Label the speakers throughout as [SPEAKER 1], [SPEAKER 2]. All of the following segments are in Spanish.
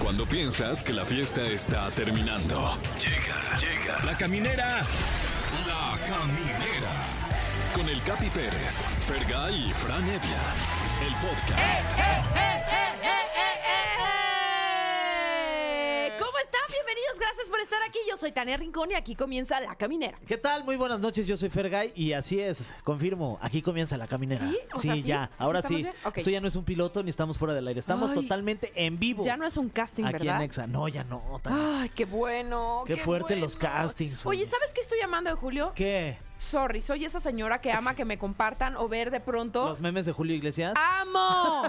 [SPEAKER 1] Cuando piensas que la fiesta está terminando. Llega, llega. La caminera. La caminera. Con el Capi Pérez, Fergay y Fran Evia. El
[SPEAKER 2] Eh,
[SPEAKER 1] podcast.
[SPEAKER 2] eh. ¿Cómo están? Bienvenidos, gracias por estar aquí. Yo soy Tania Rincón y aquí comienza La Caminera.
[SPEAKER 3] ¿Qué tal? Muy buenas noches, yo soy Fergay y así es, confirmo, aquí comienza la caminera.
[SPEAKER 2] ¿Sí? O sea, ¿sí?
[SPEAKER 3] ya, ahora
[SPEAKER 2] ¿Sí estamos
[SPEAKER 3] sí.
[SPEAKER 2] bien? Ok.
[SPEAKER 3] Esto ya no es un piloto ni estamos fuera del aire, estamos
[SPEAKER 2] Ay.
[SPEAKER 3] totalmente en vivo.
[SPEAKER 2] Ya no es un casting,
[SPEAKER 3] Aquí en
[SPEAKER 2] ¿verdad? Ah.
[SPEAKER 3] Nexa, no, ya no. Tania.
[SPEAKER 2] Ay, qué bueno.
[SPEAKER 3] Qué fuerte los castings,
[SPEAKER 2] Oye,
[SPEAKER 3] oye.
[SPEAKER 2] ¿sabes qué estoy llamando de Julio?
[SPEAKER 3] ¿Qué?
[SPEAKER 2] Sorry, soy esa señora que ama que me compartan o ver de pronto.
[SPEAKER 3] ¿Los memes de Julio Iglesias?
[SPEAKER 2] Ah, ¡Amo!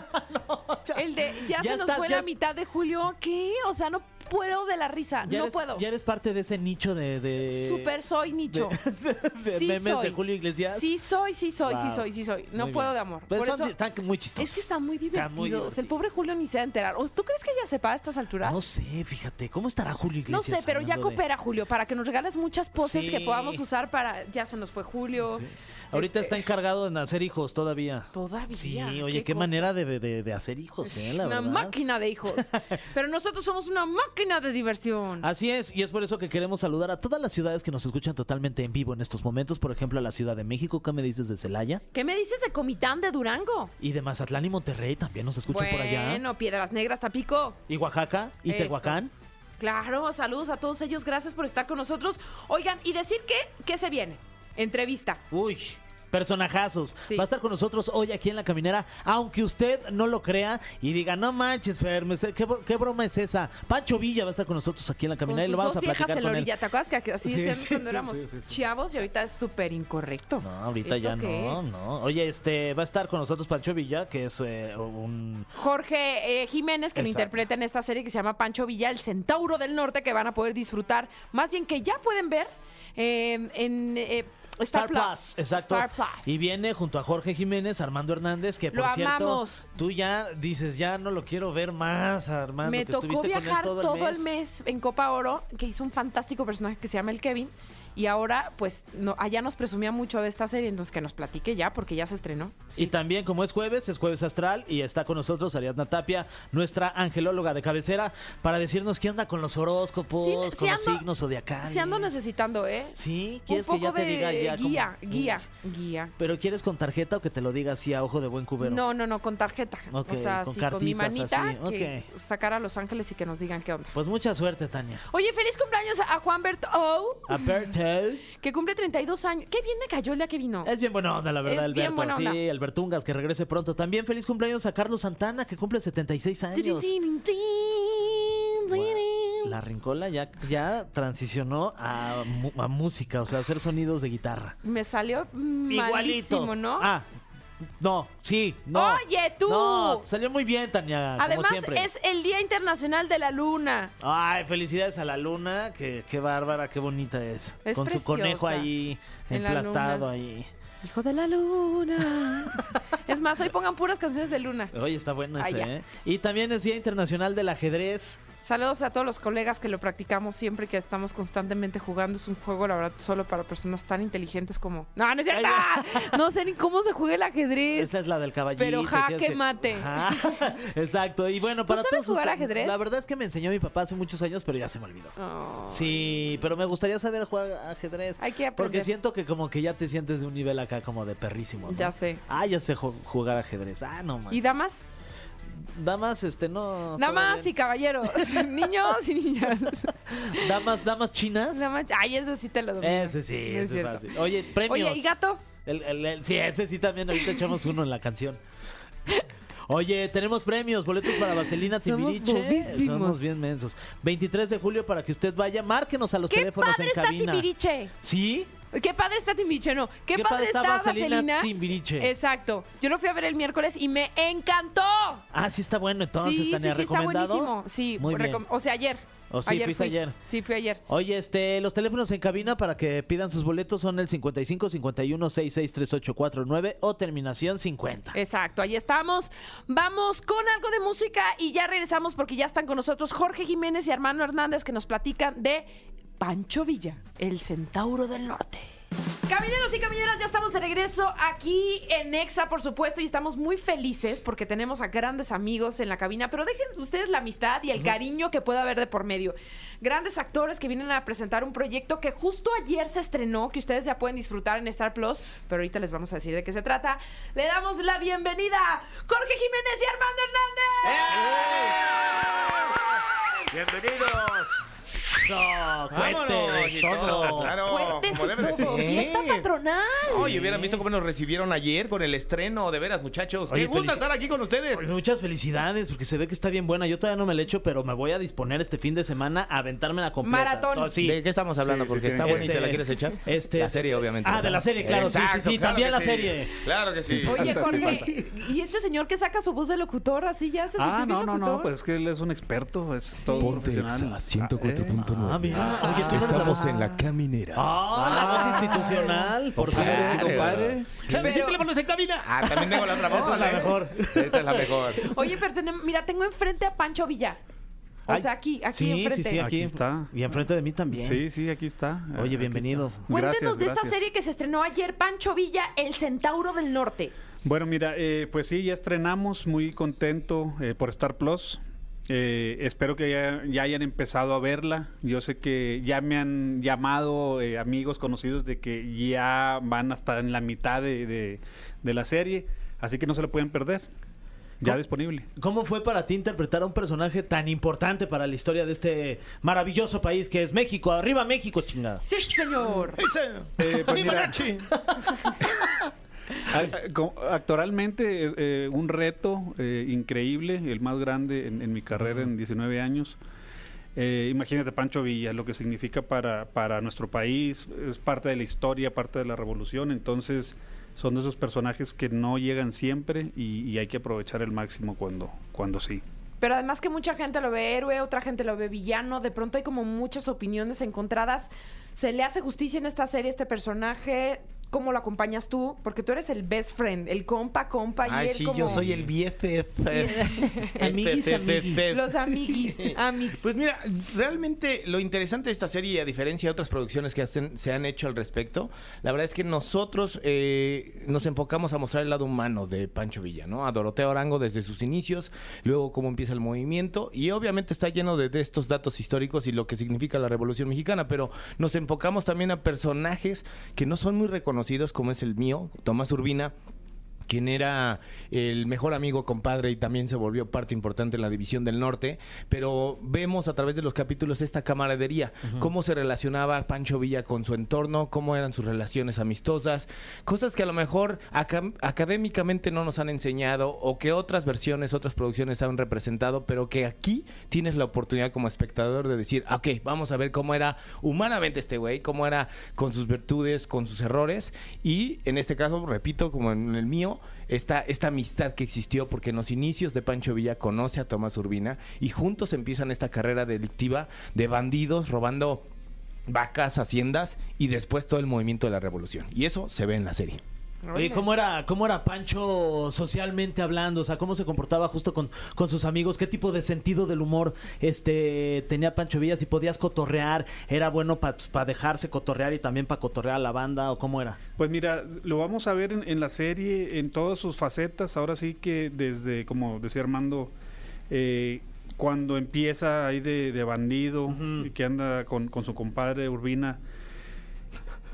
[SPEAKER 2] El de ya,
[SPEAKER 3] Ya
[SPEAKER 2] se nos
[SPEAKER 3] estás-
[SPEAKER 2] fue
[SPEAKER 3] ya
[SPEAKER 2] la
[SPEAKER 3] es-
[SPEAKER 2] mitad de Julio. ¿Qué? O sea, no puedo de la risa.
[SPEAKER 3] Ya
[SPEAKER 2] no
[SPEAKER 3] eres-
[SPEAKER 2] puedo.
[SPEAKER 3] Ya eres parte de ese nicho de... de-
[SPEAKER 2] Super soy nicho.
[SPEAKER 3] de, de
[SPEAKER 2] Sí
[SPEAKER 3] memes
[SPEAKER 2] soy.
[SPEAKER 3] de Julio Iglesias.
[SPEAKER 2] Sí soy, sí soy, sí
[SPEAKER 3] Wow.
[SPEAKER 2] soy, sí soy. No
[SPEAKER 3] Muy
[SPEAKER 2] puedo
[SPEAKER 3] bien.
[SPEAKER 2] de amor.
[SPEAKER 3] Pero
[SPEAKER 2] Por
[SPEAKER 3] son-
[SPEAKER 2] eso-
[SPEAKER 3] están muy chistosos.
[SPEAKER 2] Es este que están muy divertidos.
[SPEAKER 3] Están muy
[SPEAKER 2] El
[SPEAKER 3] divertidos.
[SPEAKER 2] pobre Julio ni se va a enterar. ¿O ¿Tú crees que ya sepa a estas alturas?
[SPEAKER 3] No sé, fíjate, ¿cómo estará Julio
[SPEAKER 2] No
[SPEAKER 3] Iglesias?
[SPEAKER 2] sé, pero ya
[SPEAKER 3] hablando de-
[SPEAKER 2] coopera, Julio, para que nos regales muchas poses
[SPEAKER 3] Sí.
[SPEAKER 2] que podamos usar para. Ya se nos fue Julio.
[SPEAKER 3] Ahorita
[SPEAKER 2] Este,
[SPEAKER 3] está encargado de hacer hijos todavía.
[SPEAKER 2] Todavía.
[SPEAKER 3] Sí, oye, qué,
[SPEAKER 2] cosa.
[SPEAKER 3] manera de, de- de hacer hijos, ¿eh? La
[SPEAKER 2] una
[SPEAKER 3] verdad.
[SPEAKER 2] máquina de hijos. Pero nosotros somos una máquina de diversión.
[SPEAKER 3] Así es, y es por eso que queremos saludar a todas las ciudades que nos escuchan totalmente en vivo en estos momentos, por ejemplo a la Ciudad de México, ¿qué me dices de Celaya?
[SPEAKER 2] ¿Qué me dices de Comitán de Durango?
[SPEAKER 3] Y de Mazatlán y Monterrey también nos escuchan
[SPEAKER 2] bueno,
[SPEAKER 3] por allá.
[SPEAKER 2] Piedras Negras, Tapico.
[SPEAKER 3] Y Oaxaca, y
[SPEAKER 2] Eso.
[SPEAKER 3] Tehuacán.
[SPEAKER 2] Claro, saludos a todos ellos. Gracias por estar con nosotros. Oigan, y decir que, ¿qué se viene? Entrevista.
[SPEAKER 3] Uy, personajazos.
[SPEAKER 2] Sí.
[SPEAKER 3] Va a estar con nosotros hoy aquí en La Caminera, aunque usted no lo crea y diga, no manches, Fer, me sé- ¿qué, bro- qué broma es esa? Pancho Villa va a estar con nosotros aquí en La Caminera y
[SPEAKER 2] con
[SPEAKER 3] lo
[SPEAKER 2] sus
[SPEAKER 3] vamos
[SPEAKER 2] dos
[SPEAKER 3] a
[SPEAKER 2] viejas
[SPEAKER 3] platicar
[SPEAKER 2] en la
[SPEAKER 3] con él.
[SPEAKER 2] orilla. ¿Te acuerdas que así
[SPEAKER 3] Sí,
[SPEAKER 2] decían
[SPEAKER 3] sí,
[SPEAKER 2] cuando
[SPEAKER 3] sí,
[SPEAKER 2] éramos
[SPEAKER 3] sí, sí, sí.
[SPEAKER 2] chavos y ahorita es súper incorrecto?
[SPEAKER 3] No, ahorita
[SPEAKER 2] ¿Eso
[SPEAKER 3] ya
[SPEAKER 2] qué?
[SPEAKER 3] no, no. Oye, este, va a estar con nosotros Pancho Villa, que es eh, un...
[SPEAKER 2] Jorge eh, Jiménez, que lo
[SPEAKER 3] Exacto.
[SPEAKER 2] interpreta en esta serie que se llama Pancho Villa, el Centauro del Norte, que van a poder disfrutar, más bien que ya pueden ver eh, en eh, Star, Plus.
[SPEAKER 3] exacto.
[SPEAKER 2] Star Plus.
[SPEAKER 3] Y viene junto a Jorge Jiménez, Armando Hernández, que por
[SPEAKER 2] Lo
[SPEAKER 3] cierto,
[SPEAKER 2] amamos.
[SPEAKER 3] tú ya dices, ya no lo quiero ver más, Armando.
[SPEAKER 2] Me
[SPEAKER 3] que
[SPEAKER 2] tocó
[SPEAKER 3] estuviste con él
[SPEAKER 2] viajar todo, el, mes.
[SPEAKER 3] mes.
[SPEAKER 2] en Copa Oro, que hizo un fantástico personaje que se llama el Kevin. Y ahora, pues, no, allá nos presumía mucho de esta serie, entonces que nos platique ya, porque ya se estrenó. Sí.
[SPEAKER 3] Y también, como es jueves, es jueves astral y está con nosotros Ariadna Tapia, nuestra angelóloga de cabecera, para decirnos qué anda con los horóscopos,
[SPEAKER 2] Sí,
[SPEAKER 3] con
[SPEAKER 2] sí
[SPEAKER 3] los
[SPEAKER 2] ando-
[SPEAKER 3] signos zodiacales.
[SPEAKER 2] Sí ando necesitando, ¿eh?
[SPEAKER 3] Sí, quieres
[SPEAKER 2] un
[SPEAKER 3] que
[SPEAKER 2] poco
[SPEAKER 3] ya te
[SPEAKER 2] de
[SPEAKER 3] diga ya. Mm. como-
[SPEAKER 2] guía, guía, guía.
[SPEAKER 3] Pero quieres con tarjeta o que te lo diga así a ojo de buen cubero.
[SPEAKER 2] No, no, no, con tarjeta.
[SPEAKER 3] Ok,
[SPEAKER 2] o sea,
[SPEAKER 3] con
[SPEAKER 2] sí, con mi
[SPEAKER 3] cartitas,
[SPEAKER 2] manita,
[SPEAKER 3] así,
[SPEAKER 2] que
[SPEAKER 3] ok.
[SPEAKER 2] sacar a Los Ángeles y que nos digan qué onda.
[SPEAKER 3] Pues mucha suerte, Tania.
[SPEAKER 2] Oye, feliz cumpleaños a Juanbert O,
[SPEAKER 3] A Bertel.
[SPEAKER 2] que cumple 32 años. Qué bien le cayó el día que vino.
[SPEAKER 3] Es bien buena onda, la verdad,
[SPEAKER 2] Es bien
[SPEAKER 3] Alberto.
[SPEAKER 2] buena onda.
[SPEAKER 3] Sí, Albertungas, que regrese pronto. También feliz cumpleaños a Carlos Santana, que cumple 76 años.
[SPEAKER 2] Tin, tin, tin,
[SPEAKER 3] Wow.
[SPEAKER 2] tin.
[SPEAKER 3] La rincola ya, ya transicionó a, mu- a música, o sea, a hacer sonidos de guitarra.
[SPEAKER 2] Me salió malísimo,
[SPEAKER 3] Igualito.
[SPEAKER 2] ¿no?
[SPEAKER 3] Ah, no, sí, no.
[SPEAKER 2] Oye, tú.
[SPEAKER 3] No, salió muy bien, Tania. como
[SPEAKER 2] Además,
[SPEAKER 3] siempre.
[SPEAKER 2] es el Día Internacional de la Luna.
[SPEAKER 3] Ay, felicidades a la luna, que qué bárbara, qué bonita es.
[SPEAKER 2] Es
[SPEAKER 3] Con su conejo
[SPEAKER 2] preciosa.
[SPEAKER 3] ahí,
[SPEAKER 2] En la
[SPEAKER 3] emplastado
[SPEAKER 2] luna.
[SPEAKER 3] ahí.
[SPEAKER 2] Hijo de la Luna. es más, hoy pongan puras canciones de Luna.
[SPEAKER 3] Oye, está bueno
[SPEAKER 2] Ah,
[SPEAKER 3] ese,
[SPEAKER 2] ya.
[SPEAKER 3] ¿eh? Y también es Día Internacional del Ajedrez.
[SPEAKER 2] Saludos a todos los colegas que lo practicamos siempre que estamos constantemente jugando. Es un juego, la verdad, solo para personas tan inteligentes como. ¡No, no es cierto! No sé ni cómo se juega el ajedrez.
[SPEAKER 3] Esa es la del caballito.
[SPEAKER 2] Pero jaque
[SPEAKER 3] tienes que-
[SPEAKER 2] mate.
[SPEAKER 3] Ajá, Exacto. Y bueno, para
[SPEAKER 2] sabes
[SPEAKER 3] todos
[SPEAKER 2] jugar
[SPEAKER 3] ustedes-
[SPEAKER 2] ajedrez?
[SPEAKER 3] La verdad es que me enseñó mi papá hace muchos años, pero ya se me olvidó.
[SPEAKER 2] Ay.
[SPEAKER 3] Sí, pero me gustaría saber jugar ajedrez.
[SPEAKER 2] Hay que aprender.
[SPEAKER 3] Porque siento que como que ya te sientes de un nivel acá como de perrísimo. ¿no?
[SPEAKER 2] Ya sé.
[SPEAKER 3] Ah, yo sé ju- jugar ajedrez. Ah, no
[SPEAKER 2] ¿Y
[SPEAKER 3] man.
[SPEAKER 2] damas?
[SPEAKER 3] Damas, este no.
[SPEAKER 2] Damas y
[SPEAKER 3] todavía
[SPEAKER 2] caballeros. Niños y niñas.
[SPEAKER 3] no. damas, damas chinas.
[SPEAKER 2] Damas. Ay, eso sí te lo doy.
[SPEAKER 3] Ese sí,
[SPEAKER 2] No es
[SPEAKER 3] ese es
[SPEAKER 2] cierto.
[SPEAKER 3] fácil. Oye, Eh, premios.
[SPEAKER 2] Oye, ¿y gato?
[SPEAKER 3] El- el- el- sí, ese sí también. Ahorita echamos uno en la canción. Oye, tenemos premios, boletos para Vaselina
[SPEAKER 2] Somos
[SPEAKER 3] Timbiriche.
[SPEAKER 2] bobísimos.
[SPEAKER 3] Somos bien mensos. 23 de julio para que usted vaya. Márquenos a los
[SPEAKER 2] ¡Qué
[SPEAKER 3] teléfonos
[SPEAKER 2] padre
[SPEAKER 3] en
[SPEAKER 2] está
[SPEAKER 3] cabina.
[SPEAKER 2] Timbiriche!
[SPEAKER 3] ¿Sí?
[SPEAKER 2] ¡Qué padre está Timbiriche! No, ¡qué,
[SPEAKER 3] Qué
[SPEAKER 2] padre,
[SPEAKER 3] padre
[SPEAKER 2] está
[SPEAKER 3] está Vaselina
[SPEAKER 2] Vaselina!
[SPEAKER 3] Timbiriche.
[SPEAKER 2] Exacto. Yo lo fui a ver el miércoles y me encantó.
[SPEAKER 3] Ah, sí está bueno entonces,
[SPEAKER 2] sí,
[SPEAKER 3] Tania,
[SPEAKER 2] sí, sí, está
[SPEAKER 3] recomendado.
[SPEAKER 2] buenísimo. Sí,
[SPEAKER 3] Muy bien.
[SPEAKER 2] recom- o sea, ayer.
[SPEAKER 3] O sí, fuiste
[SPEAKER 2] fui.
[SPEAKER 3] ayer.
[SPEAKER 2] Sí, fui ayer.
[SPEAKER 3] Oye, este, los teléfonos en cabina para que pidan sus boletos son el 55 51 66 3849 o terminación 50.
[SPEAKER 2] Exacto, ahí estamos. Vamos con algo de música y ya regresamos porque ya están con nosotros Jorge Jiménez y Armando Hernández que nos platican de Pancho Villa, el centauro del norte. Camineros y camineras, ya estamos de regreso aquí en Exa, por supuesto, y estamos muy felices porque tenemos a grandes amigos en la cabina, pero dejen ustedes la amistad y el cariño que pueda haber de por medio. Grandes actores que vienen a presentar un proyecto que justo ayer se estrenó, que ustedes ya pueden disfrutar en Star Plus, pero ahorita les vamos a decir de qué se trata. Le damos la bienvenida a Jorge Jiménez y Armando Hernández.
[SPEAKER 4] ¡Bienvenidos!
[SPEAKER 3] Eso, cuentes,
[SPEAKER 4] y
[SPEAKER 3] todo.
[SPEAKER 4] Claro,
[SPEAKER 2] Cuéntese
[SPEAKER 4] Eh, como debe de
[SPEAKER 2] todo,
[SPEAKER 4] ser.
[SPEAKER 2] fiesta patronal.
[SPEAKER 4] Oye, hubieran visto cómo nos recibieron ayer con el estreno, de veras, muchachos.
[SPEAKER 3] Oye,
[SPEAKER 4] ¡Qué gusto
[SPEAKER 3] felici-
[SPEAKER 4] estar aquí con ustedes!
[SPEAKER 3] Pues muchas felicidades, porque se ve que está bien buena. Yo todavía no me la echo, pero me voy a disponer este fin de semana a aventarme la completa.
[SPEAKER 2] Maratón.
[SPEAKER 3] Oh, sí.
[SPEAKER 4] ¿De qué estamos hablando?
[SPEAKER 5] Sí, sí,
[SPEAKER 4] Porque
[SPEAKER 5] tiene
[SPEAKER 4] está
[SPEAKER 5] que-
[SPEAKER 4] bonita,
[SPEAKER 3] Este,
[SPEAKER 4] ¿la quieres echar?
[SPEAKER 3] este-
[SPEAKER 4] la serie, obviamente.
[SPEAKER 3] Ah,
[SPEAKER 4] ¿verdad?
[SPEAKER 3] de la serie, claro, sí, sí, sí, también la
[SPEAKER 4] que
[SPEAKER 3] serie.
[SPEAKER 4] Claro que sí.
[SPEAKER 2] Oye,
[SPEAKER 5] Falta, sí,
[SPEAKER 2] Jorge, y este señor que saca su voz de locutor, así ya se
[SPEAKER 5] Ah,
[SPEAKER 2] sintió
[SPEAKER 5] no,
[SPEAKER 2] bien
[SPEAKER 5] no, no,
[SPEAKER 2] locutor?
[SPEAKER 5] pues es que él es un experto, es todo un profesional. eh.
[SPEAKER 3] Ah, mira, oye, tú no eres la voz.
[SPEAKER 5] en la caminera.
[SPEAKER 3] Ah, la voz institucional. Por
[SPEAKER 5] Claro,
[SPEAKER 3] favor.
[SPEAKER 5] es que, compadre.
[SPEAKER 4] ¿Quién me siente la mano en cabina? Ah, también tengo la otra voz.
[SPEAKER 3] Esa es la
[SPEAKER 4] ¿eh?
[SPEAKER 3] mejor.
[SPEAKER 4] Esa es la mejor.
[SPEAKER 2] Oye, pero tenem- mira, tengo enfrente a Pancho Villa. O
[SPEAKER 3] Ay.
[SPEAKER 2] sea, aquí, aquí
[SPEAKER 3] sí,
[SPEAKER 2] enfrente.
[SPEAKER 3] Sí, sí, aquí,
[SPEAKER 5] Aquí está.
[SPEAKER 3] Y enfrente de mí también.
[SPEAKER 5] Sí, sí, aquí está. Eh,
[SPEAKER 3] Oye,
[SPEAKER 5] Aquí
[SPEAKER 3] bienvenido.
[SPEAKER 5] está.
[SPEAKER 2] Cuéntenos
[SPEAKER 5] Gracias,
[SPEAKER 2] de esta
[SPEAKER 5] gracias.
[SPEAKER 2] serie que se estrenó ayer, Pancho Villa, El Centauro del Norte.
[SPEAKER 5] Bueno, mira, eh, pues sí, ya estrenamos, muy contento eh, por Star Plus. Eh, espero que ya, ya hayan empezado a verla. Yo sé que ya me han llamado eh, amigos conocidos de que ya van a estar en la mitad de, de- de la serie, así que no se la pueden perder. Ya
[SPEAKER 3] ¿Cómo?
[SPEAKER 5] disponible.
[SPEAKER 3] ¿Cómo fue para ti interpretar a un personaje tan importante para la historia de este maravilloso país que es México? ¡Arriba México, chingada!
[SPEAKER 2] Sí, señor.
[SPEAKER 5] Eh, pues
[SPEAKER 4] Mi
[SPEAKER 5] mira,
[SPEAKER 4] mariachi.
[SPEAKER 5] a- Eh, co- Actualmente eh, eh, un reto eh, increíble, el más grande en, en mi carrera en 19 años. Eh, imagínate Pancho Villa, lo que significa para, para nuestro país, es parte de la historia, parte de la revolución, entonces son de esos personajes que no llegan siempre y, y hay que aprovechar el máximo cuando, cuando sí.
[SPEAKER 2] Pero además que mucha gente lo ve héroe, otra gente lo ve villano, de pronto hay como muchas opiniones encontradas. ¿Se le hace justicia en esta serie a este personaje? ¿Cómo lo acompañas tú? Porque tú eres el best friend, el compa, compa. y
[SPEAKER 4] Ay,
[SPEAKER 2] él
[SPEAKER 4] sí,
[SPEAKER 2] como...
[SPEAKER 4] yo soy el BFF.
[SPEAKER 3] Amiguis, amiguis.
[SPEAKER 2] Los amiguis, amigos.
[SPEAKER 4] Pues mira, realmente lo interesante de esta serie, a diferencia de otras producciones que hacen- se han hecho al respecto, la verdad es que nosotros eh, nos enfocamos a mostrar el lado humano de Pancho Villa, ¿no? A Dorotea Orango desde sus inicios, luego cómo empieza el movimiento, y obviamente está lleno de, de estos datos históricos y lo que significa la Revolución Mexicana, pero nos enfocamos también a personajes que no son muy reconocidos, como es el mío, Tomás Urbina, quien era el mejor amigo compadre y también se volvió parte importante en la División del Norte, pero vemos a través de los capítulos esta camaradería, cómo se relacionaba Pancho Villa con su entorno, cómo eran sus relaciones amistosas, cosas que a lo mejor acam- académicamente no nos han enseñado o que otras versiones, otras producciones han representado, pero que aquí tienes la oportunidad como espectador de decir, "Ah, ok, vamos a ver cómo era humanamente este güey, cómo era con sus virtudes, con sus errores y en este caso, repito, como en el mío, esta, esta amistad que existió porque en los inicios de Pancho Villa conoce a Tomás Urbina y juntos empiezan esta carrera delictiva de bandidos robando vacas, haciendas y después todo el movimiento de la revolución. Y eso se ve en la serie.
[SPEAKER 3] Oye, ¿cómo era, ¿cómo era Pancho socialmente hablando? O sea, ¿cómo se comportaba justo con, con sus amigos? ¿Qué tipo de sentido del humor este, tenía Pancho Villa? Si podías cotorrear, ¿era bueno para dejarse cotorrear y también para cotorrear a la banda? ¿O cómo era?
[SPEAKER 5] Pues mira, lo vamos a ver en, en la serie, en todas sus facetas. Ahora sí que desde, como decía Armando, eh, cuando empieza ahí de, de bandido,
[SPEAKER 3] Ujú.
[SPEAKER 5] y que anda con, con su compadre Urbina.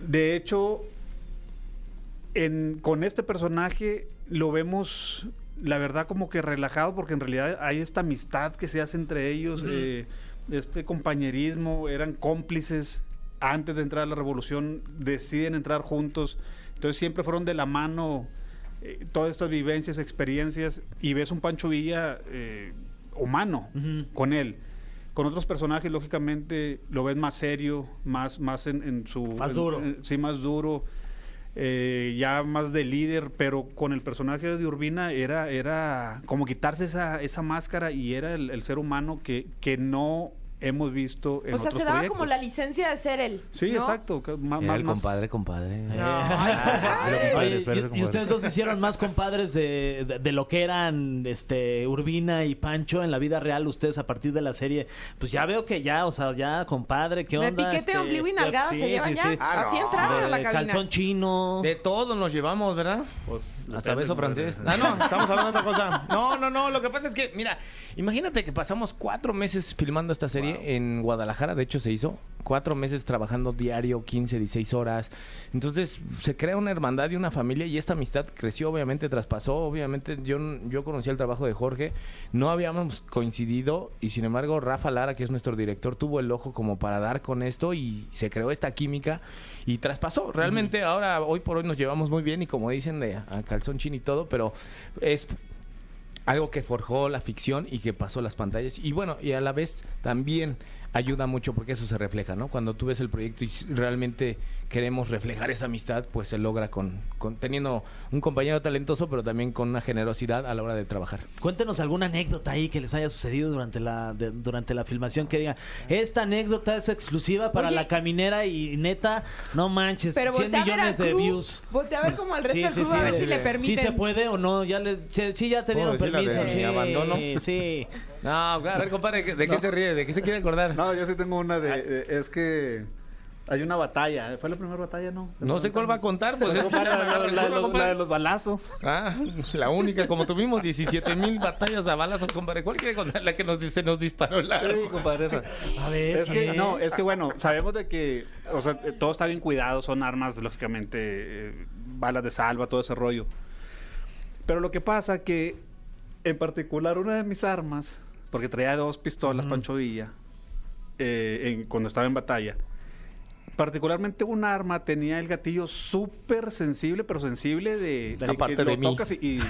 [SPEAKER 5] De hecho, en- con este personaje lo vemos, la verdad, como que relajado, porque en realidad hay esta amistad que se hace entre ellos, eh, este compañerismo, eran cómplices antes de entrar a la revolución, deciden entrar juntos, entonces siempre fueron de la mano eh, todas estas vivencias, experiencias, y ves un Pancho Villa eh, humano
[SPEAKER 3] Ujú.
[SPEAKER 5] con él. Con otros personajes, lógicamente, lo ves más serio, más, más en, en su...
[SPEAKER 3] Más
[SPEAKER 5] en-
[SPEAKER 3] duro.
[SPEAKER 5] en- sí, más duro eh, ya más de líder, pero con el personaje de Urbina era, era como quitarse esa, esa máscara y era el, el ser humano que, que no hemos visto en
[SPEAKER 2] O sea,
[SPEAKER 5] otros
[SPEAKER 2] se daba
[SPEAKER 5] proyectos.
[SPEAKER 2] como la licencia de ser él.
[SPEAKER 5] Sí,
[SPEAKER 2] ¿no?
[SPEAKER 5] exacto. que ma-
[SPEAKER 6] Era
[SPEAKER 5] ma-
[SPEAKER 6] el
[SPEAKER 5] más-
[SPEAKER 6] compadre, compadre.
[SPEAKER 3] Oye,
[SPEAKER 6] compadres,
[SPEAKER 3] y-
[SPEAKER 6] pero
[SPEAKER 3] y,
[SPEAKER 6] compadres.
[SPEAKER 3] ustedes dos se hicieron más compadres de, de- de lo que eran este Urbina y Pancho en la vida real, ustedes a partir de la serie. Pues ya veo que ya, o sea, ya compadre, ¿qué
[SPEAKER 2] De
[SPEAKER 3] onda?
[SPEAKER 2] piquete,
[SPEAKER 3] Este,
[SPEAKER 2] ombligo y
[SPEAKER 3] ya-
[SPEAKER 2] nalgada
[SPEAKER 3] sí,
[SPEAKER 2] se llevan
[SPEAKER 3] sí,
[SPEAKER 2] ya.
[SPEAKER 3] sí.
[SPEAKER 4] Ah,
[SPEAKER 2] Así entraron a la
[SPEAKER 3] De
[SPEAKER 2] cabina.
[SPEAKER 3] calzón chino.
[SPEAKER 4] De todos nos llevamos, ¿verdad?
[SPEAKER 6] Pues,
[SPEAKER 4] Hasta beso francés. Ah, no, estamos hablando de otra cosa. No, no, no. Lo que pasa es que, mira, imagínate que pasamos cuatro meses filmando esta serie en Guadalajara. De hecho, se hizo cuatro meses trabajando diario, 15, 16 horas. Entonces, se crea una hermandad y una familia. Y esta amistad creció, obviamente, traspasó. Obviamente, yo, yo conocía el trabajo de Jorge. No habíamos coincidido. Y sin embargo, Rafa Lara, que es nuestro director, tuvo el ojo como para dar con esto. Y se creó esta química. Y traspasó. Realmente, ahora, hoy por hoy, nos llevamos muy bien. Y como dicen, de a calzón chin y todo. Pero es algo que forjó la ficción y que pasó las pantallas. Y bueno, y a la vez también ayuda mucho porque eso se refleja, ¿no? Cuando tú ves el proyecto y s- realmente queremos reflejar esa amistad, pues se logra con, con teniendo un compañero talentoso, pero también con una generosidad a la hora de trabajar.
[SPEAKER 3] Cuéntenos alguna anécdota ahí que les haya sucedido durante la de- durante la filmación que diga, esta anécdota es exclusiva para
[SPEAKER 2] Oye.
[SPEAKER 3] la caminera y neta, no manches,
[SPEAKER 2] Pero
[SPEAKER 3] 100
[SPEAKER 2] voltea a ver
[SPEAKER 3] millones
[SPEAKER 2] al
[SPEAKER 3] de
[SPEAKER 2] crew,
[SPEAKER 3] views.
[SPEAKER 2] Voltea a ver como al resto
[SPEAKER 3] Sí,
[SPEAKER 2] del
[SPEAKER 3] sí,
[SPEAKER 2] crew
[SPEAKER 3] sí,
[SPEAKER 2] a ver
[SPEAKER 3] de-
[SPEAKER 2] si le permiten.
[SPEAKER 3] Sí se puede o no, ya le, sí, sí, ya te
[SPEAKER 4] ¿Puedo
[SPEAKER 3] dieron
[SPEAKER 4] decir la de
[SPEAKER 3] permiso.
[SPEAKER 4] mi
[SPEAKER 3] sí,
[SPEAKER 4] abandono?
[SPEAKER 3] sí.
[SPEAKER 4] No, a ver, compadre, ¿de qué se ríe? ¿De qué se quiere acordar? No,
[SPEAKER 5] No, yo sí tengo una de, de- Es que hay una batalla. ¿Fue la primera batalla, no?
[SPEAKER 4] sé cuál va a contar, pues es que ya
[SPEAKER 5] La,
[SPEAKER 4] me
[SPEAKER 5] la-
[SPEAKER 4] agarra el
[SPEAKER 5] la-
[SPEAKER 4] turno,
[SPEAKER 5] la- la de
[SPEAKER 4] compadre.
[SPEAKER 5] los balazos.
[SPEAKER 4] Ah, la única, como tuvimos 17 mil batallas a balazos, compadre. ¿Cuál quiere contar? La que nos, se nos disparó la...
[SPEAKER 5] Sí, compadre, esa.
[SPEAKER 3] A ver,
[SPEAKER 5] Es que,
[SPEAKER 3] ¿qué?
[SPEAKER 5] no,
[SPEAKER 4] eh,
[SPEAKER 5] es que
[SPEAKER 4] ah,
[SPEAKER 5] bueno, sabemos de que, o sea, eh, todo está bien cuidado, son armas, lógicamente, eh, balas de salva, todo ese rollo. Pero lo que pasa que, en particular, una de mis armas, porque traía dos pistolas, Pancho Villa, eh, en- cuando estaba en batalla, particularmente un arma tenía el gatillo súper sensible, pero sensible de, de
[SPEAKER 4] Aparte
[SPEAKER 5] que
[SPEAKER 4] de
[SPEAKER 5] lo
[SPEAKER 4] mí.
[SPEAKER 5] tocas y... y-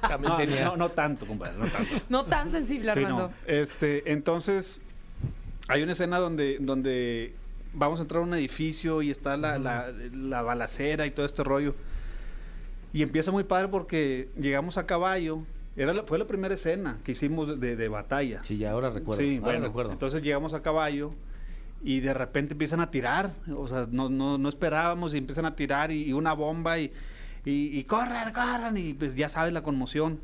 [SPEAKER 4] También
[SPEAKER 5] no,
[SPEAKER 4] tenía.
[SPEAKER 5] no, no tanto, compadre, no tanto.
[SPEAKER 2] No tan sensible,
[SPEAKER 5] Sí,
[SPEAKER 2] Armando.
[SPEAKER 5] no. Este, entonces, hay una escena donde, donde vamos a entrar a un edificio y está la, la- la balacera y todo este rollo. Y empieza muy padre porque llegamos a caballo. Era la- fue la primera escena que hicimos de, de batalla.
[SPEAKER 4] Sí, ya ahora recuerdo.
[SPEAKER 5] Sí,
[SPEAKER 4] ahora
[SPEAKER 5] bueno,
[SPEAKER 4] recuerdo.
[SPEAKER 5] entonces llegamos a caballo y de repente empiezan a tirar, o sea, no, no, no esperábamos y empiezan a tirar y, y una bomba y, y, y corran, corran y pues ya sabes la conmoción.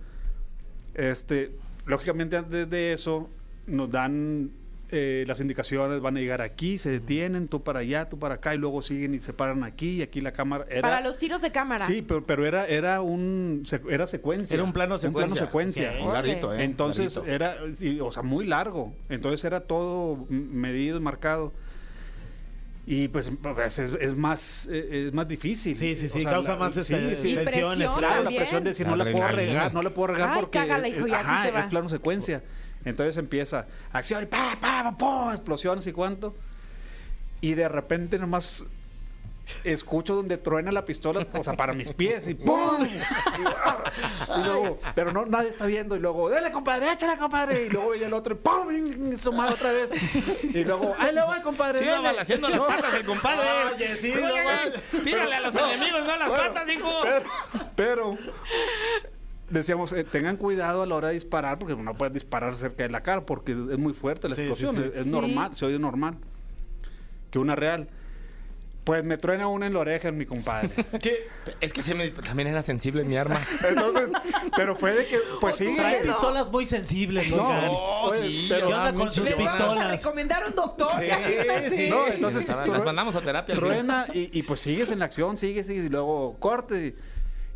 [SPEAKER 5] Este, lógicamente antes de eso nos dan eh, las indicaciones, van a llegar aquí, se detienen, tú para allá, tú para acá y luego siguen y se paran aquí y aquí la cámara. Era-
[SPEAKER 2] Para los tiros de cámara.
[SPEAKER 5] Sí, pero, pero era, era un sec- era secuencia.
[SPEAKER 4] Era un plano
[SPEAKER 5] Un plano
[SPEAKER 4] secuencia.
[SPEAKER 5] secuencia.
[SPEAKER 2] Ok.
[SPEAKER 4] Larguito, ¿eh?
[SPEAKER 5] Entonces
[SPEAKER 4] Larguito.
[SPEAKER 5] era, y, o sea, muy largo. Entonces era todo m- medido y marcado. Y pues a veces es, más eh, es más difícil.
[SPEAKER 3] Sí, sí,
[SPEAKER 5] O
[SPEAKER 3] sí,
[SPEAKER 5] sea,
[SPEAKER 3] causa
[SPEAKER 5] la-
[SPEAKER 3] más
[SPEAKER 5] sí,
[SPEAKER 3] este,
[SPEAKER 5] sí,
[SPEAKER 2] Y
[SPEAKER 5] la-
[SPEAKER 2] presión
[SPEAKER 3] tensiones, claro.
[SPEAKER 5] claro, la
[SPEAKER 2] también.
[SPEAKER 5] presión de decir no la puedo
[SPEAKER 4] Adrenalina.
[SPEAKER 5] regar, no la puedo regar
[SPEAKER 2] Ay,
[SPEAKER 5] porque
[SPEAKER 2] cágala, hijo, ya,
[SPEAKER 5] ajá,
[SPEAKER 2] así te va.
[SPEAKER 5] es plano secuencia. Entonces empieza acción y pa pa pa explosiones y cuánto. Y de repente nomás escucho donde truena la pistola, o sea, para mis pies y ¡pum! Y, ah, y luego, pero no, nadie está viendo. Y luego, dale, compadre, échale, compadre. Y luego y el otro, y ¡pum! Y su madre otra vez. Y luego, ahí le voy, compadre.
[SPEAKER 4] Sí,
[SPEAKER 5] dale".
[SPEAKER 4] dale, haciendo las patas el compadre.
[SPEAKER 5] Oye, sí,
[SPEAKER 4] Oye,
[SPEAKER 5] no mames.
[SPEAKER 4] Tírale a los enemigos, no a las patas, hijo.
[SPEAKER 5] Pero, pero decíamos, eh, tengan cuidado a la hora de disparar, porque no puedes disparar cerca de la cara, porque es muy fuerte la
[SPEAKER 3] Sí,
[SPEAKER 5] explosión.
[SPEAKER 3] sí, sí.
[SPEAKER 5] Es, es
[SPEAKER 2] Sí.
[SPEAKER 5] normal, se oye normal. Que una real. Pues me truena una en la oreja en mi compadre.
[SPEAKER 4] Es que se me dispa- también era sensible mi arma.
[SPEAKER 5] Entonces, pero fue de que, pues sí,
[SPEAKER 3] Traen
[SPEAKER 5] que-
[SPEAKER 3] pistolas muy sensibles, oigan.
[SPEAKER 4] No,
[SPEAKER 5] oye,
[SPEAKER 4] sí,
[SPEAKER 5] pero-
[SPEAKER 3] ¿Qué onda
[SPEAKER 4] ah,
[SPEAKER 3] con
[SPEAKER 4] mucho.
[SPEAKER 3] sus
[SPEAKER 2] Les vamos a
[SPEAKER 3] pues, pistolas?
[SPEAKER 2] recomendar un doctor.
[SPEAKER 5] Sí,
[SPEAKER 2] ya quítense.
[SPEAKER 5] sí. No, entonces,
[SPEAKER 4] Las
[SPEAKER 5] true-
[SPEAKER 4] mandamos a terapia. sí.
[SPEAKER 5] truena y, y, pues sigues en la acción, sigues, sigues, y luego corte.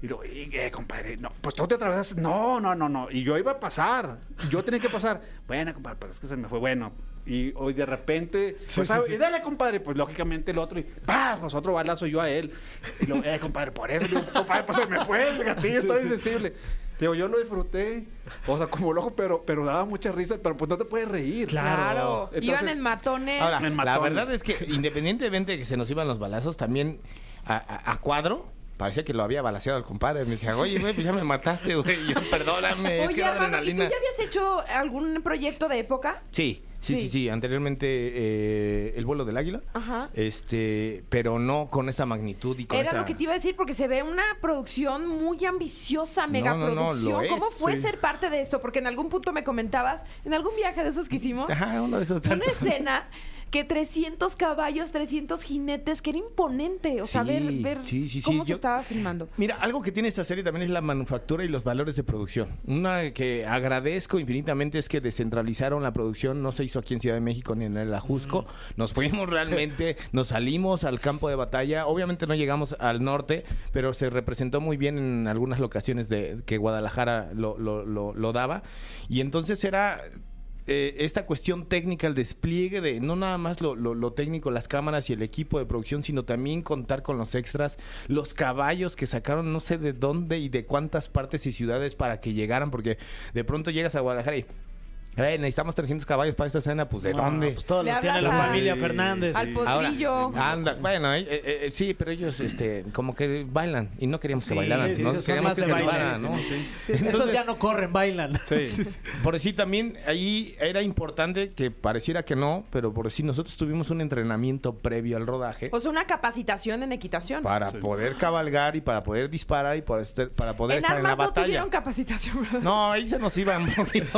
[SPEAKER 5] Y luego, y, eh, compadre, no, pues tú te atravesas. No, no, no, no. Y yo iba a pasar. Yo tenía que pasar. Bueno, compadre, pues es que se me fue bueno. Y hoy de repente, pues, ah, y dale, compadre. Pues lógicamente el otro, y ¡pah! Pues otro balazo yo a él. Y luego, eh, compadre, por eso, digo, compadre, pues se me fue el gatillo, estoy insensible. Digo, yo lo disfruté, o sea, como loco, pero, pero daba mucha risa, pero pues no te puedes reír.
[SPEAKER 2] Claro. Iban
[SPEAKER 5] Entonces-
[SPEAKER 2] en matones.
[SPEAKER 4] Ahora,
[SPEAKER 5] En
[SPEAKER 4] la
[SPEAKER 5] matones.
[SPEAKER 4] verdad es que independientemente de que se nos iban los balazos, también a, a- a cuadro. Parecía que lo había balaseado al compadre. Me decía, oye, güey, pues ya me mataste, güey. Y Yo, perdóname, es que
[SPEAKER 2] Oye,
[SPEAKER 4] era
[SPEAKER 2] Armando, ¿y tú
[SPEAKER 4] adrenalina.
[SPEAKER 2] ya habías hecho algún proyecto de época?
[SPEAKER 4] Sí, Sí, sí,
[SPEAKER 2] Sí.
[SPEAKER 4] sí. Anteriormente eh, El vuelo del águila.
[SPEAKER 2] Ajá.
[SPEAKER 4] Este, pero no con esta magnitud y con
[SPEAKER 2] Era
[SPEAKER 4] esta-
[SPEAKER 2] lo que te iba a decir porque se ve una producción muy ambiciosa, megaproducción.
[SPEAKER 4] no, lo es,
[SPEAKER 2] ¿Cómo fue
[SPEAKER 4] sí.
[SPEAKER 2] ser parte de esto? Porque en algún punto me comentabas, en algún viaje de esos que hicimos,
[SPEAKER 4] Ajá, uno de esos
[SPEAKER 2] una
[SPEAKER 4] tantos.
[SPEAKER 2] escena que 300 caballos, 300 jinetes, que era imponente. O sea,
[SPEAKER 4] Sí,
[SPEAKER 2] ver, ver
[SPEAKER 4] sí, sí, sí,
[SPEAKER 2] cómo se
[SPEAKER 4] yo-
[SPEAKER 2] estaba filmando.
[SPEAKER 4] Mira, algo que tiene esta serie también es la manufactura y los valores de producción. Una que agradezco infinitamente es que descentralizaron la producción, no se hizo aquí en Ciudad de México ni en el Ajusco.
[SPEAKER 2] Mm.
[SPEAKER 4] Nos fuimos realmente, nos salimos al campo de batalla. Obviamente no llegamos al norte, pero se representó muy bien en algunas locaciones de, que Guadalajara lo, lo- lo- lo daba. Y entonces era eh, esta cuestión técnica, el despliegue de no nada más lo, lo- lo técnico, las cámaras y el equipo de producción, sino también contar con los extras, los caballos que sacaron no sé de dónde y de cuántas partes y ciudades para que llegaran, porque de pronto llegas a Guadalajara y... "Eh, necesitamos 300 caballos para esta escena, pues ¿de
[SPEAKER 3] No,
[SPEAKER 4] dónde?
[SPEAKER 3] Pues todos
[SPEAKER 2] Le
[SPEAKER 3] los tiene la
[SPEAKER 2] hablas a-
[SPEAKER 3] familia Fernández.
[SPEAKER 2] Al potrillo.
[SPEAKER 5] sí,
[SPEAKER 4] Anda, bueno, eh, eh, eh, sí, pero ellos este, como que bailan y no queríamos
[SPEAKER 3] Sí,
[SPEAKER 4] que bailaran,
[SPEAKER 3] sí,
[SPEAKER 4] ¿no?
[SPEAKER 3] sí, son
[SPEAKER 4] queríamos
[SPEAKER 3] más
[SPEAKER 4] que
[SPEAKER 3] de
[SPEAKER 4] se
[SPEAKER 3] bailar,
[SPEAKER 4] animaran,
[SPEAKER 5] sí,
[SPEAKER 4] ¿no?
[SPEAKER 5] sí, sí.
[SPEAKER 3] Esos
[SPEAKER 4] Entonces-
[SPEAKER 3] ya no corren, bailan.
[SPEAKER 5] Sí.
[SPEAKER 4] por decir también, ahí era importante que pareciera que no, pero por decir nosotros tuvimos un entrenamiento previo al rodaje
[SPEAKER 2] O sea, una capacitación en equitación.
[SPEAKER 4] Eh, para poder cabalgar y para poder disparar y para, estar- para poder
[SPEAKER 2] en
[SPEAKER 4] estar
[SPEAKER 2] armas
[SPEAKER 4] en la
[SPEAKER 2] no
[SPEAKER 4] batalla.
[SPEAKER 2] tuvieron capacitación, ¿verdad?
[SPEAKER 4] no, ahí se nos iba a morir.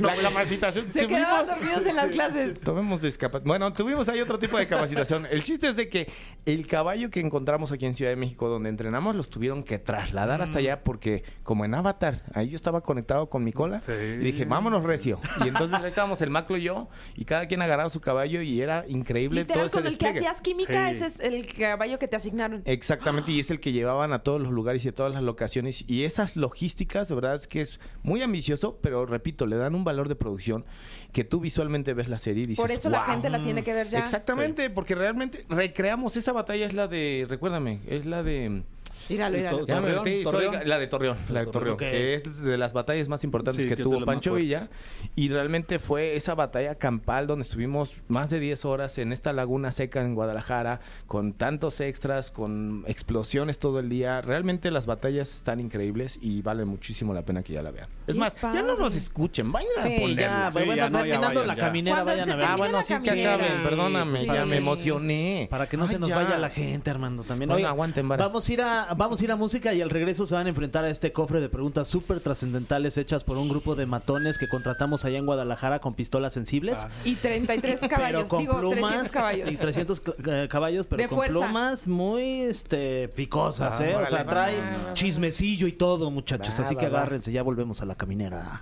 [SPEAKER 4] la capacitación.
[SPEAKER 2] Se
[SPEAKER 4] tuvimos-
[SPEAKER 2] quedaban dormidos en las clases.
[SPEAKER 4] Tuvimos discapa- Bueno, tuvimos ahí otro tipo de capacitación. El chiste es de que el caballo que encontramos aquí en Ciudad de México, donde entrenamos, los tuvieron que trasladar hasta allá porque, como en Avatar, ahí yo estaba conectado con mi cola
[SPEAKER 5] Sí.
[SPEAKER 4] y dije, vámonos recio. Y entonces ahí estábamos el Maclo y yo y cada quien agarraba su caballo y era increíble todo
[SPEAKER 2] Literal,
[SPEAKER 4] ese
[SPEAKER 2] con el que
[SPEAKER 4] despliegue. Eh,
[SPEAKER 2] hacías química,
[SPEAKER 5] Sí.
[SPEAKER 2] ese es el caballo que te asignaron.
[SPEAKER 4] Exactamente, y es el que llevaban a todos los lugares y a todas las locaciones. Y esas logísticas, de verdad, es que es muy ambicioso, pero repito, le dan un valor de producción que tú visualmente ves la serie y dices,
[SPEAKER 2] Por eso la
[SPEAKER 4] "Guau".
[SPEAKER 2] gente la tiene que ver ya.
[SPEAKER 4] Exactamente, porque realmente recreamos esa batalla, es la de, recuérdame, es la de...
[SPEAKER 2] Míralo, míralo.
[SPEAKER 4] ya me
[SPEAKER 5] Torreón,
[SPEAKER 4] metí,
[SPEAKER 5] Torreón.
[SPEAKER 4] histórica, La de Torreón, la de Torreón,
[SPEAKER 3] Ok.
[SPEAKER 4] que es de las batallas más importantes
[SPEAKER 5] Sí,
[SPEAKER 4] que
[SPEAKER 5] que es de
[SPEAKER 4] tuvo
[SPEAKER 5] las más
[SPEAKER 4] Pancho
[SPEAKER 5] fuertes.
[SPEAKER 4] Villa. Y realmente fue esa batalla campal donde estuvimos más de 10 horas en esta laguna seca en Guadalajara, con tantos extras, con explosiones todo el día. Realmente las batallas están increíbles y valen muchísimo la pena que ya la vean. Es
[SPEAKER 2] Qué
[SPEAKER 4] más, ya no
[SPEAKER 2] padre.
[SPEAKER 4] nos escuchen, vayan a
[SPEAKER 3] Sí,
[SPEAKER 4] ponerlo.
[SPEAKER 3] ya, pues,
[SPEAKER 5] Sí,
[SPEAKER 3] bueno,
[SPEAKER 5] ya, no, ya
[SPEAKER 3] terminando
[SPEAKER 5] vayan,
[SPEAKER 3] la
[SPEAKER 5] ya.
[SPEAKER 3] caminera,
[SPEAKER 2] Cuando
[SPEAKER 3] vayan
[SPEAKER 2] se
[SPEAKER 3] a ver.
[SPEAKER 4] Ah,
[SPEAKER 2] termine
[SPEAKER 4] bueno,
[SPEAKER 2] la
[SPEAKER 4] sí, que
[SPEAKER 2] caminera.
[SPEAKER 4] acaben, perdóname,
[SPEAKER 2] Sí.
[SPEAKER 4] ya me emocioné.
[SPEAKER 3] Para que no
[SPEAKER 4] Ay,
[SPEAKER 3] se nos
[SPEAKER 4] ya.
[SPEAKER 3] vaya la gente, Armando, también.
[SPEAKER 4] Bueno,
[SPEAKER 3] Oye,
[SPEAKER 4] aguanten, vara.
[SPEAKER 3] Vamos a ir a, vamos a ir a música y al regreso se van a enfrentar a este cofre de preguntas súper trascendentales hechas por un grupo de matones que contratamos allá en Guadalajara con pistolas sensibles.
[SPEAKER 4] Ah.
[SPEAKER 2] Y 33
[SPEAKER 3] pero
[SPEAKER 2] caballos,
[SPEAKER 3] con
[SPEAKER 2] digo,
[SPEAKER 3] plumas
[SPEAKER 2] 300 caballos.
[SPEAKER 3] y 300 cl- eh, caballos, pero
[SPEAKER 2] De
[SPEAKER 3] con
[SPEAKER 2] fuerza.
[SPEAKER 3] plumas muy este picosas,
[SPEAKER 4] Ah,
[SPEAKER 3] ¿eh? o
[SPEAKER 4] órale,
[SPEAKER 3] sea,
[SPEAKER 4] va,
[SPEAKER 3] trae
[SPEAKER 4] va, va.
[SPEAKER 3] chismecillo y todo, muchachos,
[SPEAKER 4] Va,
[SPEAKER 3] así
[SPEAKER 4] va,
[SPEAKER 3] que
[SPEAKER 4] va.
[SPEAKER 3] agárrense, ya volvemos a la caminera.